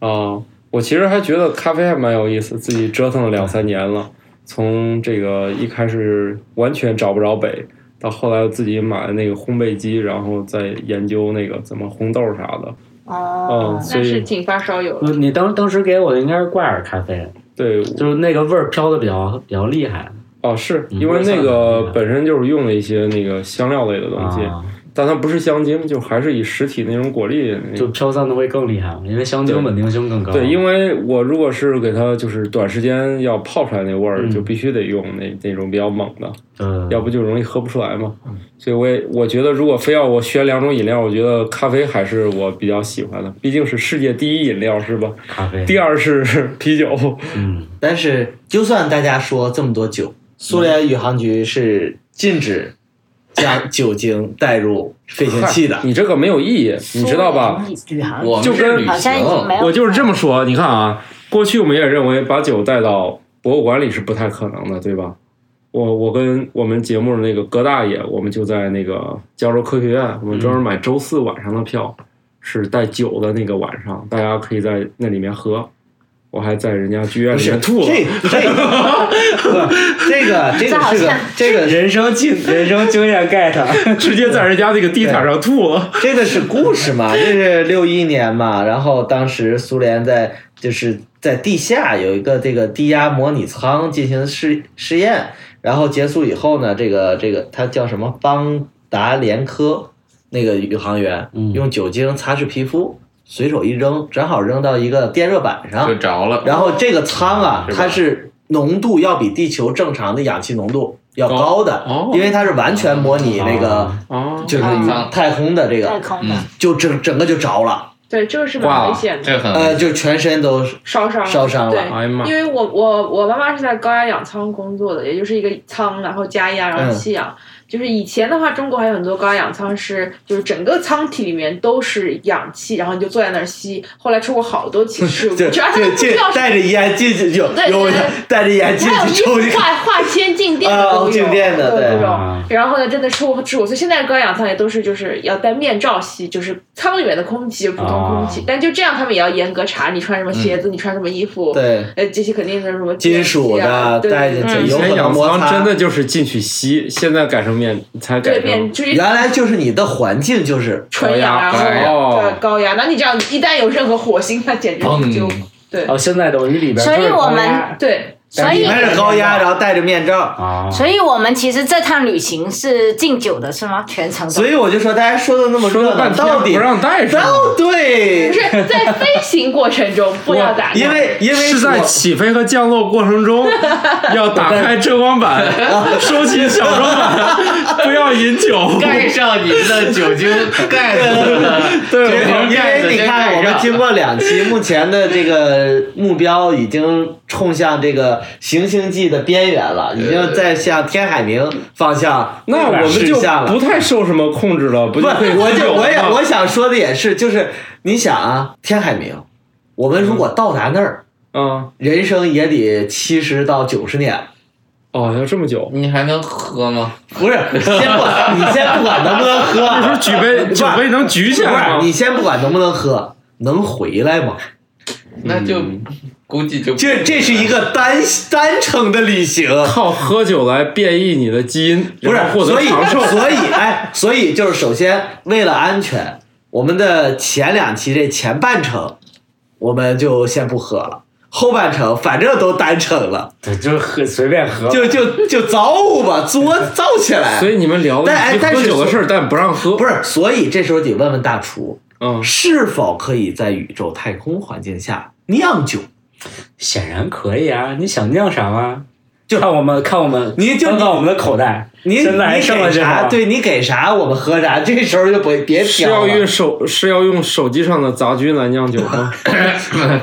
S2: 啊，我其实还觉得咖啡还蛮有意思，自己折腾了两三年了，从这个一开始完全找不着北，到后来自己买那个烘焙机，然后再研究那个怎么烘豆啥的。
S5: 哦
S2: 嗯，，所
S4: 那是
S2: 以
S4: 挺发烧友的。
S3: 不呃你当当时给我的应该是挂耳咖啡，
S2: 对
S3: 就是那个味儿飘的比较比较厉害
S2: 哦，是
S3: 嗯
S2: 因为那
S3: 味儿散
S2: 个
S3: 的
S2: 本身就是用了一些那个香料类的东西，
S3: 啊，
S2: 但它不是香精，就还是以实体那种果粒
S1: 嗯
S2: 那
S3: 就
S2: 种。
S3: 飘散的会更厉害嘛，因为香精
S2: 对
S3: 稳定性更高。
S2: 对，因
S3: 为
S2: 为我如果是给它就是短时间要泡出来那味儿，
S3: 嗯
S2: 就必须得用那那种比较猛的，
S3: 呃，
S2: 要不就容易喝不出来嘛。所以我也我觉得，如果非要我选两种饮料，我觉得咖啡还是我比较喜欢的，毕竟是世界第一饮料是吧？
S3: 咖啡，
S2: 第二是 啤酒，
S3: 嗯，
S1: 但是，就算大家说这么多酒，苏联宇航局是禁止将酒精带入飞行器的。
S2: 你这个没有意义，你知道吧？？
S5: 宇航
S7: 我们
S2: 就是跟
S7: 旅
S5: 好像已经没
S7: 行，
S5: 有，
S2: 我就是这么说。你看啊，过去我们也认为把酒带到博物馆里是不太可能的，对吧？我我跟我们节目的那个葛大爷，我们就在那个加州科学院，我们专门买周四晚上的票，是带酒的那个晚上，大家可以在那里面喝。我还在人家剧院
S1: 不
S2: 里
S1: 是
S2: 面吐了，
S1: 这 这个这个这
S5: 这
S1: 个
S5: 好
S1: 是个
S5: 像
S1: 这个
S3: 人生经人生经验 get，
S2: 直接在人家那个地毯上吐了。
S1: 这个是故事 嘛？这是六一年嘛？然后当时苏联在就是在地下有一个这个低压模拟舱进行试试验，然后结束以后呢，这个这个他叫什么邦达连科那个宇航员
S3: 嗯
S1: 用酒精擦拭皮肤，随手一扔，正好扔到一个电热板上
S7: 就，着了。
S1: 啊然后这个舱啊，
S7: 是吧
S1: 它是浓度要比地球正常的氧气浓度要高的，
S2: 哦
S1: 因为它是完全模拟那个、
S2: 哦，
S1: 就是宇
S7: 啊
S1: 太空的这
S5: 太
S1: 个，
S5: 空的
S7: 嗯
S1: 就整整个就着了，
S4: 对，这个是
S2: 挂
S4: 蛮
S2: 了
S4: 危险的，
S7: 这很
S1: 呃，就全身都是
S4: 烧伤
S1: 烧伤了
S4: 对，
S2: 哎呀妈
S4: 因！为我我我妈妈是在高压氧舱工作的，也就是一个舱，然后加压，
S3: 嗯
S4: 然后气氧。就是以前的话，中国还有很多高压氧舱是，就是整个舱体里面都是氧气，然后你就坐在那儿吸。后来出过好多起 事故，
S1: 就
S4: 只要他
S1: 就
S4: 们不
S1: 进
S4: 要
S1: 带着烟进去就
S4: 对
S1: 有
S4: 对对
S1: 带着烟进
S4: 还有
S1: 去抽
S4: 一
S1: 你
S4: 些
S1: 看，
S4: 化化纤静电
S1: 啊
S4: 的都有，
S1: 静电的对
S4: 对这
S3: 啊
S4: 种。然后呢，真的吃我吃我，所以现在高氧舱也都是就是要戴面罩吸，就是舱里面的空气，就普通空气。
S3: 啊
S4: 但就这样，他们也要严格查你穿什么鞋子，你穿什么衣服。
S1: 嗯对，
S4: 呃，这些肯定是什么
S1: 金属
S4: 电器啊
S1: 的
S4: 对
S1: 带进
S4: 嗯
S1: 去，
S2: 以
S1: 有可
S2: 前
S1: 能
S2: 氧
S1: 摩
S2: 舱
S1: 擦
S2: 真的就是进去吸，现在改成面才改
S4: 对
S2: 成
S4: 变就是
S1: 原来就是你的环境就是
S4: 纯
S2: 高
S4: 氧，
S2: 压
S4: 然后
S7: 高
S2: 压
S4: 对高压。那你这样一旦有任何火星，那简直就
S7: 砰
S4: 对
S3: 哦，现在等于里边
S5: 所以
S3: 就是
S5: 我
S3: 高
S5: 们
S3: 压
S4: 对
S5: 所以
S1: 里面是高压，然后戴着面罩，
S3: 啊，
S5: 所以我们其实这趟旅行是敬酒的，是吗？全程
S1: 所以我就说大家说的那么
S2: 说
S1: 热
S2: 了
S1: 闹，
S2: 半
S1: 到
S2: 天
S1: 底
S2: 不让带是吗？
S1: 到对
S4: 不是，在飞行过程中不要打
S1: 因为因为
S2: 是在
S1: 我
S2: 起飞和降落过 程中要打开遮光板，收起小桌板，不要饮酒。
S7: 盖上你的酒精盖子，
S1: 因
S2: 对，
S1: 为 因为你看，我们经过两期，目前的这个目标已经冲向这个行星系的边缘了，已经在向天海明方向
S2: 那我们
S1: 驶
S2: 就
S1: 向了
S2: 不。太受什么控制了，不
S1: 不，
S2: 就可以
S1: 我
S2: 喝
S1: 就
S2: 酒
S1: 我也
S2: 了吗
S1: 我想说的也是，就是你想啊，天海明，我们如果到达那儿，
S2: 嗯
S1: 人生也得七十到九十年。
S2: 哦，要这么久，
S7: 你还能喝吗？
S1: 不是，先不管，你先不管能不能喝，
S2: 不是举杯酒杯能举起来
S1: 不是，
S2: 吗
S1: 你？先不管能不能喝，能回来吗？
S7: 那就估计就
S1: 这这是一个单单程的旅行，
S2: 靠喝酒来变异你的基因，
S1: 不是
S2: 然？后获
S1: 所
S2: 得
S1: 以
S2: 长寿。
S1: 所以哎，所以就是首先为了安全，我们的前两期这前半程我们就先不喝了，后半程反正都单程了，
S3: 对，就是喝随便喝，
S1: 就就就造吧，作造起来
S2: 所。以你们聊了
S1: 但
S2: 一
S1: 哎
S2: 些
S1: 但
S2: 喝
S1: 是
S2: 酒的事儿，但不让喝。
S1: 不，是，所以这时候得问问大厨，
S2: 嗯，
S1: 是否可以在宇宙太空环境下酿酒？
S3: 显然可以啊。你想酿啥吗？
S1: 就
S3: 看我们看我们，
S1: 你就
S3: 翻翻我们的口袋，
S1: 你
S3: 现在还
S1: 你
S3: 剩了
S1: 给
S3: 这
S1: 啥？
S3: 啥？
S1: 对你给啥，我们喝啥。这时候就别别
S2: 是
S1: 挑
S2: 要
S1: 了
S2: 用手是要用手机上的杂菌来酿酒吗？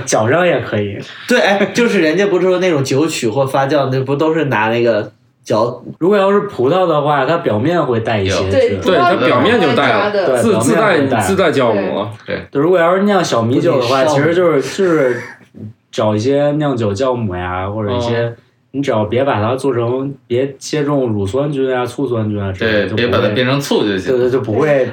S3: 脚上也可以。
S1: 对，哎，就是人家不是说那种酒曲或发酵，那不都是拿那个嚼？
S3: 如果要是葡萄的话，它表面会带一些
S7: 有
S4: 对
S3: 去。
S2: 对，它表面就带了，
S4: 了
S3: 对
S2: 自
S3: 表面
S2: 自
S3: 就带
S2: 带
S3: 了
S2: 自带酵母了。
S3: 对如果要是酿小米酒的话，
S1: 不仅
S3: 其
S1: 是
S3: 实就是就是找一些酿酒酵母呀，或者一些。你只要别把它做成，别切中乳酸菌啊、醋酸菌啊之类的，
S7: 对，
S3: 就
S7: 别
S3: 不
S7: 把它
S3: 会
S7: 变成醋就
S3: 对
S7: 行。
S3: 对，就不会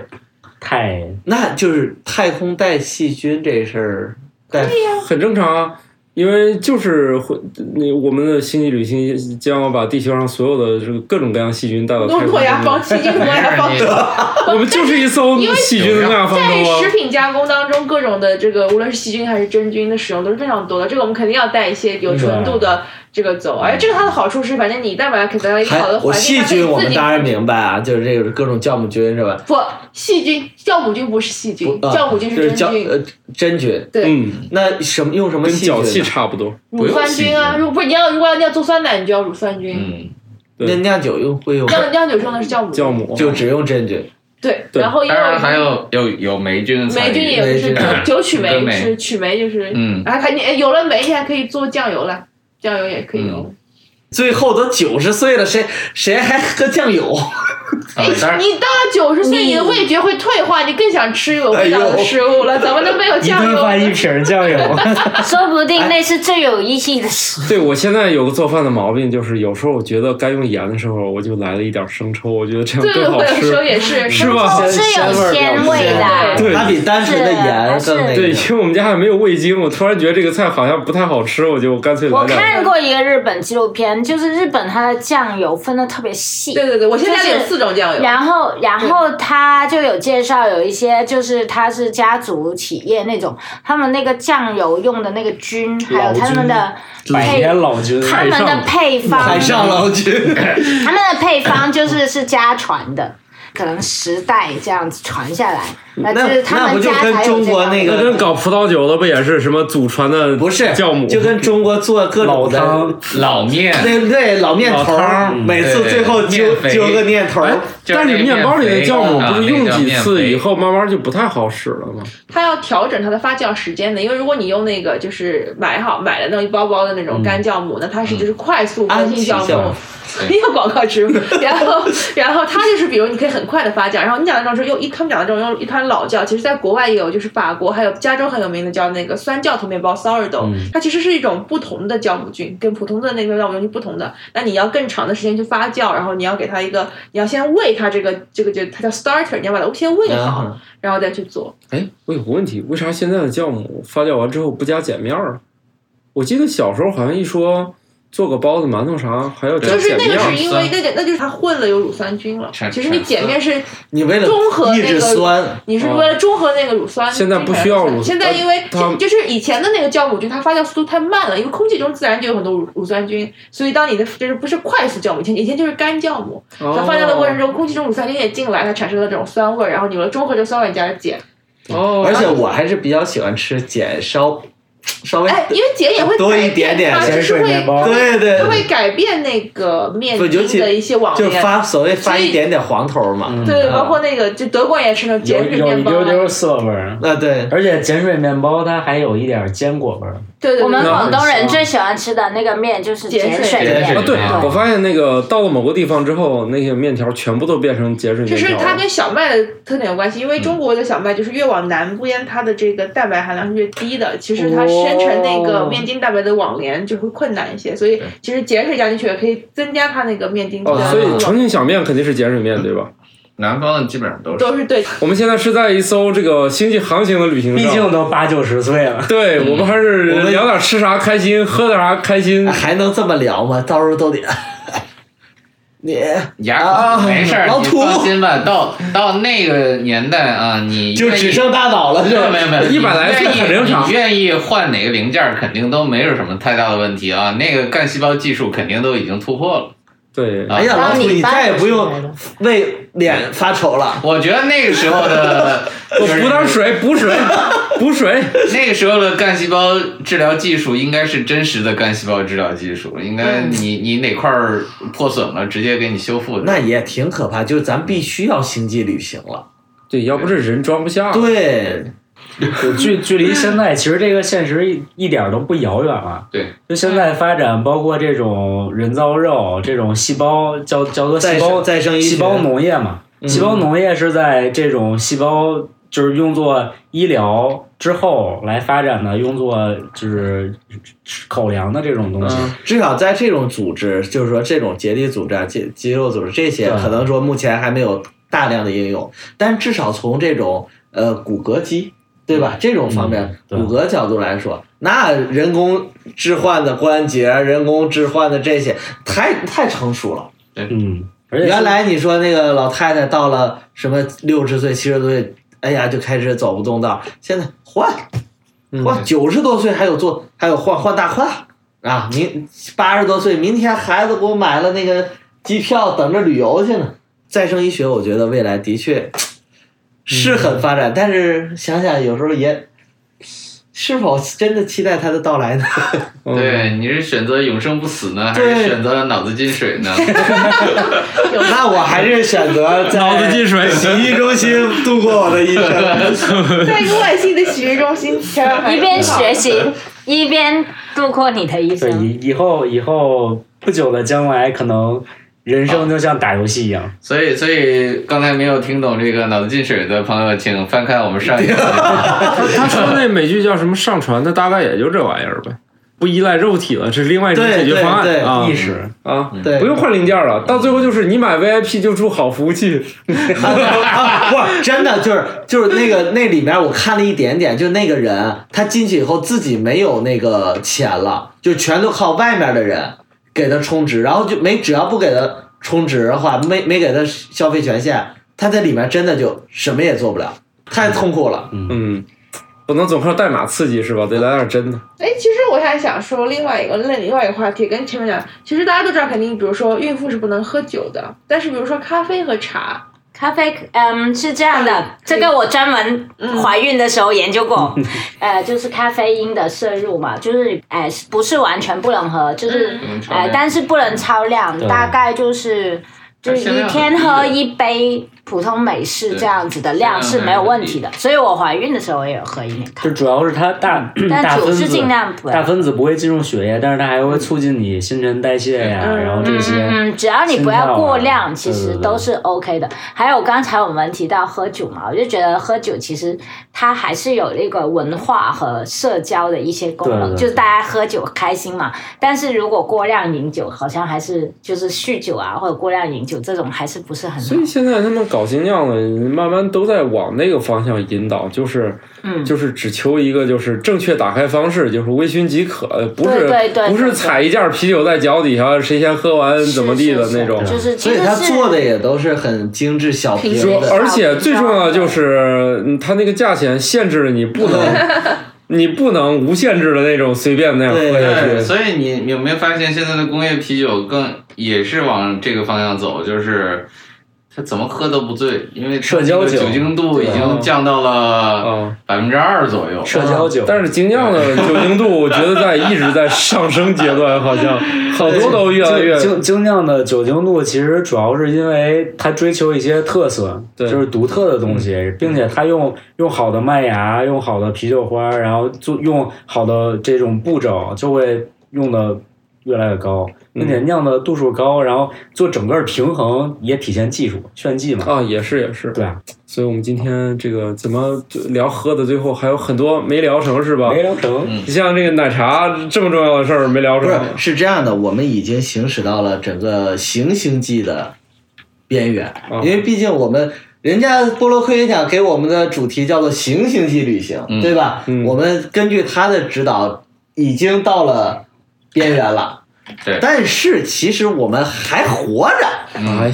S3: 太
S1: 那就是太空带细菌这事儿，带
S2: 很正常啊，因为就是会，那我们的星际旅行将要把地球上所有的这个各种各样细菌带到太
S4: 诺
S2: 空
S4: 诺
S2: 中
S4: 亚方
S2: 去。
S4: 七金诺亚方
S7: 没事
S4: 德，
S2: 我们就是一艘
S4: 因为
S2: 细菌的诺亚方
S4: 在
S2: 舟啊
S4: 食。品加工当中，各种的这个无论是细菌还是真菌的使用都是非常多的。这个我们肯定要带一些有纯度的这个走，哎而且这个它的好处是，反正你一旦把它给到一个
S1: 还
S4: 好的
S1: 我
S4: 环境，
S1: 细
S4: 它可以
S1: 菌我
S4: 自
S1: 们
S4: 己
S1: 当然明白啊，就是这个各种酵母菌是吧？
S4: 不，细菌酵母菌不是细菌，
S1: 啊
S4: 酵母菌
S1: 就是
S4: 是真菌
S1: 酵，呃真菌。
S4: 对，
S2: 嗯，
S1: 那什么用什么
S2: 跟
S1: 细
S2: 脚气
S1: 菌呢？啊
S2: 差不多。
S4: 乳酸菌啊，
S7: 不用细菌
S4: 如果不是你要如果要要做酸奶，你就要乳酸菌，
S7: 嗯，
S1: 那酿酒用会用
S4: 酿酿酒用的是酵母，
S2: 酵母啊
S1: 就只用真菌。
S4: 对，
S2: 对
S4: 然后因
S7: 当然还
S4: 为
S7: 有有有霉菌 参
S4: 霉
S7: 与，
S4: 菌也不是
S1: 霉菌
S4: 酒酒曲
S7: 嗯跟
S4: 霉
S7: 霉
S4: 是曲霉就是，
S7: 嗯
S4: 然后还你哎有了霉你还可以做酱油了，酱油也可以用。
S1: 最后都九十岁了，谁谁还喝酱油？
S7: 啊当
S4: 哎
S7: 然
S4: 你到了九十岁，你的味觉会退化，你更想吃有味道的食物了。咱们都没有
S3: 一
S4: 酱
S3: 顿
S4: 油，
S3: 饭一瓶 酱油，
S5: 说不定那是最有意义的事。
S2: 对我现在有个做饭的毛病，就是有时候我觉得该用盐的时候，我就来了一点生抽，我觉得这样
S4: 对
S2: 更
S4: 对
S2: 好
S4: 对，有时候
S2: 吃。
S4: 也是
S2: 是吧
S5: 是有鲜味 的，
S2: 对
S1: 它比单纯的
S5: 是
S1: 盐更那
S2: 对，
S1: 个。
S2: 因为我们家还没有味精，我突然觉得这个菜好像不太好吃，我就干脆来
S5: 我
S2: 点。
S5: 看过一个日本纪录片，就是日本它的酱油分的特别细，
S4: 对对对，我现在有四种酱油，
S5: 然后，然后他就有介绍，有一些就是他是家族企业那种，他们那个酱油用的那个菌，还有他们的
S3: 百
S5: 配
S3: 年老君，
S5: 他们的配方，
S1: 海上捞金，
S5: 他们的配方就是是家传的，可能十代这样子传下来，那
S1: 那
S5: 就是他
S1: 那不
S5: 们
S1: 就
S5: 家才有这
S1: 跟中国那
S5: 个
S1: 个
S2: 那跟搞葡萄酒的不也是什么祖传的
S1: 不是
S2: 酵母？
S1: 就跟中国做各种
S3: 老
S1: 的
S3: 汤，
S7: 老面，
S1: 对对老面头
S2: 老
S1: 儿，
S2: 汤
S1: 每次
S7: 对
S1: 最后揪
S7: 面肥
S1: 揪个面头儿
S2: 哎，
S7: 就是
S2: 但
S7: 那
S2: 是
S7: 个
S2: 面包里的
S7: 面肥
S2: 酵母
S7: 啊
S2: 不是
S7: 那
S2: 用
S7: 叫
S2: 几
S7: 面
S2: 次
S7: 肥
S2: 以后慢慢就不太好使了吗？
S4: 它要调整它的发酵时间的，因为如果你用那个就是买好买的那种一包包的那种干酵母，那它是就是快速活性酵
S1: 安
S4: 母。 没有广告植入，然后，然后它就是，比如你可以很快的发酵，然后你讲的那种是用一，他们讲的这种用一团老酵，其实在国外也有，就是法国还有加州很有名的叫那个酸酵头面包 sourdough，、它其实是一种不同的酵母菌，跟普通的那个酵母菌不同的。那你要更长的时间去发酵，然后你要给它一个，你要先喂它这个这个这个它叫 starter，你要把它先喂好，
S1: 嗯
S4: 然后再去做。
S2: 哎，我有个问题，为啥现在的酵母发酵完之后不加碱面儿啊？我记得小时候好像一说做个包子、馒头啥还要加
S4: 就是
S2: 碱
S4: 那
S2: 面
S4: 个是
S2: 儿。
S4: 因为那个那就是它混了有乳酸菌了
S7: 产。
S4: 其实你碱面是
S1: 你为了
S4: 中和
S1: 抑
S4: 那
S1: 制
S4: 个。
S1: 酸，
S4: 你是为了中和那个乳酸，
S2: 啊现在不需要乳
S4: 现在因为
S2: 呃它
S4: 就是以前的那个酵母菌，它发酵速度太慢了，因为空气中自然就有很多乳乳酸菌，所以当你的就是不是快速酵母，以前以前就是干酵母，它发酵的过
S2: 哦
S4: 程中，空气中乳酸菌也进来，它产生了这种酸味儿，然后你为了中和这个酸味儿加了碱，
S2: 哦，
S1: 而且我还是比较喜欢吃碱稍稍
S2: 哦
S1: 微
S4: 哎，因为碱也会
S1: 多
S4: 改
S1: 一点点
S4: 变它就是
S3: 水面
S4: 会
S3: 包，
S1: 对对
S4: 它，会改变那个面
S1: 不尤其
S4: 筋的一些网
S1: 就
S4: 面，
S1: 发所谓发
S4: 所以
S1: 一点点黄头儿嘛，
S4: 对，
S1: 嗯
S4: 包括那个就德国也吃那种
S3: 有
S4: 碱水
S3: 有
S4: 面
S3: 一
S4: 包啊，
S3: 丢丢涩味儿，
S1: 啊对，
S3: 而且碱水面包它还有一点坚果味儿。
S4: 对对对，
S5: 我们
S4: 对
S5: 广东人最喜欢吃的那个面就是碱水
S7: 碱水
S5: 面
S2: 啊，，对
S1: 哦
S7: 啊，
S2: 我发现那个到了某个地方之后，那些面条全部都变成碱水
S4: 就
S2: 面
S4: 是
S2: 条
S4: 它
S2: 了。
S4: 跟小麦的特点有关系，因为
S2: 嗯
S4: 中国的小麦就是越往南边，它的这个蛋白含量是越低的，其实它生成那
S2: 哦
S4: 个面筋蛋白的网联就会困难一些，所以其实碱水加进去也可以增加它那个面筋的
S2: 哦，
S4: 网
S2: 所以重庆小面肯定是碱水面，对吧？
S7: 南方的基本上都是。
S4: 都是对，
S2: 我们现在是在一艘这个星际航行的旅行
S3: 毕
S2: 上，
S3: 竟都八九十岁了，
S2: 对我们还
S1: 嗯我
S2: 是
S1: 们
S2: 聊点吃啥开心，喝点啥开心。
S1: 还能这么聊吗？到时候都得 你
S7: 牙
S1: 啊
S7: 口没事儿，
S1: 老
S7: 你
S1: 土
S7: 放心吧。到到那个年代啊，你
S1: 就
S7: 愿意
S1: 只剩大脑了，
S7: 没
S1: 是
S7: 有
S1: 吧？
S7: 没有没有，
S2: 一百来岁
S7: 你
S2: 很正常
S7: 愿意你愿意换哪个零件儿，肯定都没有什么太大的问题啊。那个干细胞技术肯定都已经突破了。啊
S2: 对，
S1: 哎呀，老
S5: 当
S1: 土，
S5: 你
S1: 你
S5: 爸
S1: 再也
S5: 爸
S1: 不
S5: 出来了
S1: 用为脸发愁了。
S7: 我觉得那个时候的，
S2: 我补点水，补水，补水。
S7: 那个时候的干细胞治疗技术应该是真实的干细胞治疗技术，应该你你哪块儿破损了，直接给你修复的。
S1: 嗯那也挺可怕，就是咱必须要星际旅行了。
S2: 对，要不是人装不下。
S3: 嗯
S1: 对，
S3: 就距距离现在其实这个现实一一点都不遥远了。
S7: 对，
S3: 就现在发展，包括这种人造肉，这种细胞叫叫做
S1: 再
S3: 细胞
S1: 生再生医学
S3: 细胞农业嘛。细胞农业是在这种细胞就是用作医疗之后来发展的，用作就是口粮的这种东西。
S2: 嗯，
S1: 至少在这种组织，就是说这种结缔组织啊、肌肌肉组织这些，
S3: 对
S1: 可能说目前还没有大量的应用，但至少从这种呃骨骼肌，对吧？这种方面，
S3: 嗯对
S1: 骨骼角度来说，那人工置换的关节、啊人工置换的这些，太太成熟了。
S3: 嗯，而且
S1: 原来你说那个老太太到了什么六十岁、七十多岁，哎呀就开始走不动道，现在换换九十多岁还有做，还有换换大换啊！明八十多岁，明天孩子给我买了那个机票，等着旅游去呢。再生医学，我觉得未来的确是很发展，但是想想有时候也是否真的期待它的到来 呢？
S2: 嗯，
S7: 对，你是选择永生不死呢，还是
S1: 对
S7: 选择脑子进水 呢？
S1: 那我还是选择在
S2: 脑子进水。
S1: 洗浴中心度过我的一生。
S4: 在一个外星的洗浴中心，前面 还
S5: 一边学习一边度过你的一
S3: 对
S5: 生。
S3: 以以后以后不久的将来，可能人生就像打游戏一样，
S7: 所以，所以刚才没有听懂这个脑子进水的朋友，请翻看我们上一 期。
S2: 他他说那美剧叫什么上传，那大概也就这玩意儿呗，不依赖肉体了，这是另外一种
S1: 对
S2: 解决方
S1: 对对
S2: 案啊
S3: 意识
S2: 啊，
S1: 对
S2: 不用换零件了，到最后就是你买 VIP 就住好服务器，
S1: 啊，不，真的就是就是那个那里面我看了一点点，就那个人他进去以后自己没有那个钱了，就全都靠外面的人给他充值，然后就没只要不给他充值的话，没没给他消费权限，他在里面真的就什么也做不了，太痛苦了。
S2: 嗯，不能总靠代码刺激是吧？得来点真的。
S4: 哎，其实我还想说另外一个另另外一个话题，跟前面讲，其实大家都知道，肯定比如说孕妇是不能喝酒的，但是比如说咖啡和茶，
S5: 咖啡，嗯，是这样的，这个我专门
S1: 嗯
S5: 怀孕的时候研究 过，呃，就是咖啡因的摄入嘛，就是哎、不是完全不能喝，就是
S4: 嗯
S5: 哎、但是不能超量，
S3: 对
S5: 大概就是就是一天喝一杯普通美式这样子的量是没有问题的，所以我怀孕的时候也有喝一点咖啡，
S3: 就主要是它大
S2: 嗯
S3: 嗯大
S5: 但酒
S3: 分
S5: 是
S3: 子
S5: 尽量不
S3: 大
S5: 要。
S3: 分子不会进入血液，但是它还会促进你新陈代谢呀，
S4: 嗯
S3: 然后
S5: 嗯
S3: 这些。
S5: 嗯嗯，只要你不要过量，
S3: 心
S5: 其
S3: 跳啊
S5: 实都是 OK 的。还有刚才我们提到喝酒嘛，我就觉得喝酒其实它还是有那个文化和社交的一些功能，
S3: 对对
S5: 就是大家喝酒开心嘛。但是如果过量饮酒，好像还是就是酗酒啊，或者过量饮酒这种还是不是很好
S2: 所。以现在他们搞精酿的，慢慢都在往那个方向引导，就是，
S5: 嗯
S2: 就是只求一个就是正确打开方式，就是微醺即可，不是
S5: 对对对
S2: 不是踩一件啤酒在脚底下，谁先喝完怎么地的
S5: 是是
S2: 那种。嗯
S5: 是就是其
S1: 所以
S5: 实
S1: 他
S5: 是
S1: 做的也都是很精致小瓶
S4: 平
S1: 的
S4: 时，
S2: 而且最重要的就是，嗯它那个价钱限制了你不 能，你不能无限制的那种随便那样喝下
S7: 对，
S2: 去。
S7: 所以你你有没有发现现在的工业啤酒更也是往这个方向走，就是它怎么喝都不醉，因为它
S3: 社交
S7: 这个
S3: 酒
S7: 酒精度已经降到了
S2: 啊，
S7: 百分之二左右。
S3: 社交酒，
S2: 嗯但是精酿的酒精度，我觉得在一直在上升阶段，好像好多都越来越
S3: 精精精酿的酒精度其实主要是因为它追求一些特色，
S2: 对嗯
S3: 就是独特的东西，并且它用用好的麦芽，用好的啤酒花，然后做用好的这种步骤，就会用的越来越高，
S2: 嗯
S3: 并且酿的度数高，然后做整个平衡也体现技术炫技嘛。
S2: 啊，也是也是。
S3: 对啊，
S2: 所以我们今天这个怎么聊喝的，最后还有很多没聊成是吧？
S3: 没聊成，
S7: 嗯
S2: 像这个奶茶这么重要的事儿没聊
S1: 不
S2: 成
S1: 是，是这样的，我们已经行驶到了整个行星际的边缘，
S2: 嗯
S1: 因为毕竟我们人家波罗科学奖给我们的主题叫做行星际旅行，
S7: 嗯
S1: 对吧？
S2: 嗯
S1: 我们根据他的指导，已经到了边缘了。
S7: 对
S1: 但是其实我们还活着，
S2: 哎呀，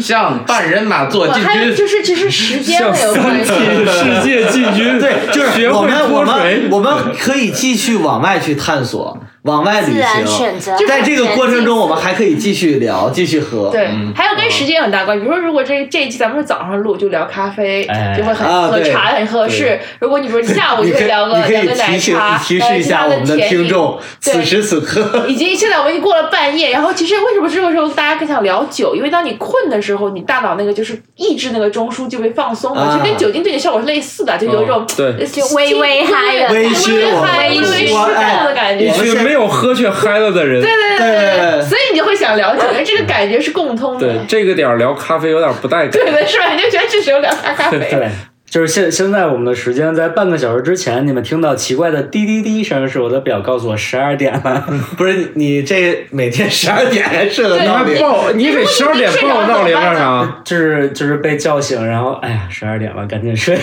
S7: 像半人马座
S4: 我
S7: 进
S4: 还有
S7: 军，
S4: 就是其实时间
S2: 像
S4: 也有
S2: 三
S4: 关
S2: 体。
S4: 系
S2: 世界进军，
S1: 对，就
S2: 学
S1: 是我
S2: 会
S1: 们我
S2: 脱
S1: 们
S2: 水。
S1: 我们可以继续往外去探索，往外旅
S5: 自
S1: 行。
S5: 然选择，
S1: 在这个过程中，我们还可以继续聊，继续喝。
S4: 对
S7: 嗯，
S4: 还有跟时间有很大关系。比如说，如果这这一期咱们是早上录，就聊咖啡，
S3: 哎
S4: 就会很
S1: 啊
S4: 喝
S1: 对
S4: 茶很合适。如果你说下午
S1: 你
S4: 就
S1: 可以
S4: 会聊个
S1: 你可
S4: 聊
S1: 以
S4: 个奶
S1: 提醒
S4: 茶，
S1: 提示一下
S4: 呃
S1: 我们的听。众，
S4: 对
S1: 此时此刻，
S4: 已经现在我们已经过了半夜，然后其实为什么这个时候大家更想聊酒？因为当你困的时候，你大脑那个就是抑制那个中枢就被放松了，
S1: 啊
S4: 就跟酒精对你效果是类似的，就有一种
S3: 哦
S4: 呃
S2: 嗯对
S5: 就微微嗨的
S4: 微
S1: 微醺我
S4: 嗨、微微
S1: 我
S4: 失控的
S1: 哎
S4: 感
S2: 一
S4: 觉。
S1: 我们
S2: 群
S1: 现
S2: 没有喝却嗨了的人，
S4: 对对对
S1: 对对对
S4: 所以你就会想聊酒，因为这个感觉是共通的。
S2: 对这个点儿聊咖啡有点不带感。
S4: 对对，是吧？你就觉得这时候聊咖咖啡。
S3: 对。哎就是现现在我们的时间在半个小时之前，你们听到奇怪的滴滴滴声，是我的表告诉我十二点了。
S1: 不是你这每天十二点还睡得
S4: 对
S2: 你
S1: 到
S2: 还
S1: 底？
S2: 报，你给十二点报闹铃干啥？啊
S3: 就是就是被叫醒，然后哎呀，十二点了，赶紧 睡。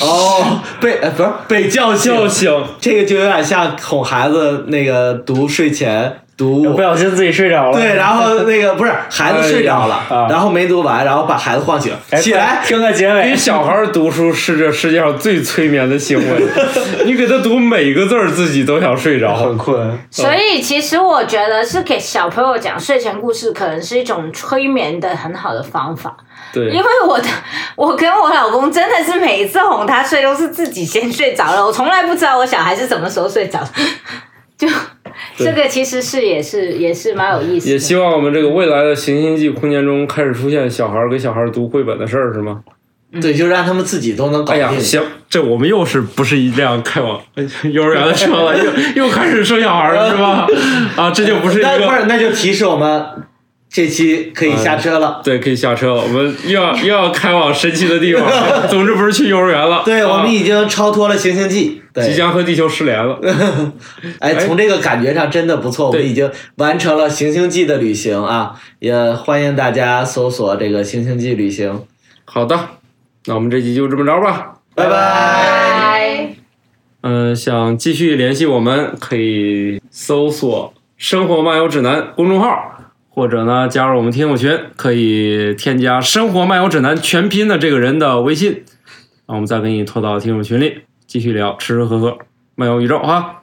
S1: 哦，被呃不是被叫醒，
S2: 叫醒，
S1: 这个就有点像哄孩子那个读睡前读。
S3: 不小心自己睡着了。
S1: 对，然后那个不是孩子睡着了
S3: 哎呀啊，
S1: 然后没读完，然后把孩子晃醒，
S3: 哎
S1: 起来
S3: 听个结
S2: 给
S3: 尾。
S2: 小孩儿读书是这世界上最催眠的行 为。你给他读每个字儿，自己都想睡着。
S3: 很困，
S5: 所以其实我觉得是给小朋友讲睡前故事，可能是一种催眠的很好的方法。
S2: 对，
S5: 因为我的，我跟我老公真的是每一次哄他睡都是自己先睡着了，我从来不知道我小孩是什么时候睡着的。 就这个其实是也是也是蛮有意思的。
S2: 也希望我们这个未来的行星际空间中开始出现小孩儿给小孩儿读绘本的事儿，是吗？
S4: 嗯
S1: 对，就让他们自己都能搞
S2: 哎呀，
S1: 定。
S2: 行，这我们又是不是一辆开 往幼儿园的车了？又又开始生小孩儿了，是吧？啊，这就不是一
S1: 那不
S2: 个
S1: 是，那就提示我们这期可以下车了。
S3: 对，可以下车了，我们又要又要开往神奇的 地方。总之不是去幼儿园了，
S1: 对，
S3: 啊
S1: 我们已经超脱了行星 记，
S3: 即
S1: 对，
S3: 将和地球失联了。
S1: 哎，
S3: 哎
S1: 从这个感觉上真的不错，我们
S3: 对
S1: 已经完成了行星记的旅行啊，也欢迎大家搜索这个行星记旅行，
S3: 好的，那我们这集就这么着吧。
S1: 拜拜。
S8: 拜。
S3: 嗯、想继续联系我们，可以搜索“生活漫游指南”公众号，或者呢加入我们听友群，可以添加“生活漫游指南”全拼的这个人的微信，啊，我们再给你拖到听友群里继续聊吃吃喝喝漫游宇宙哈。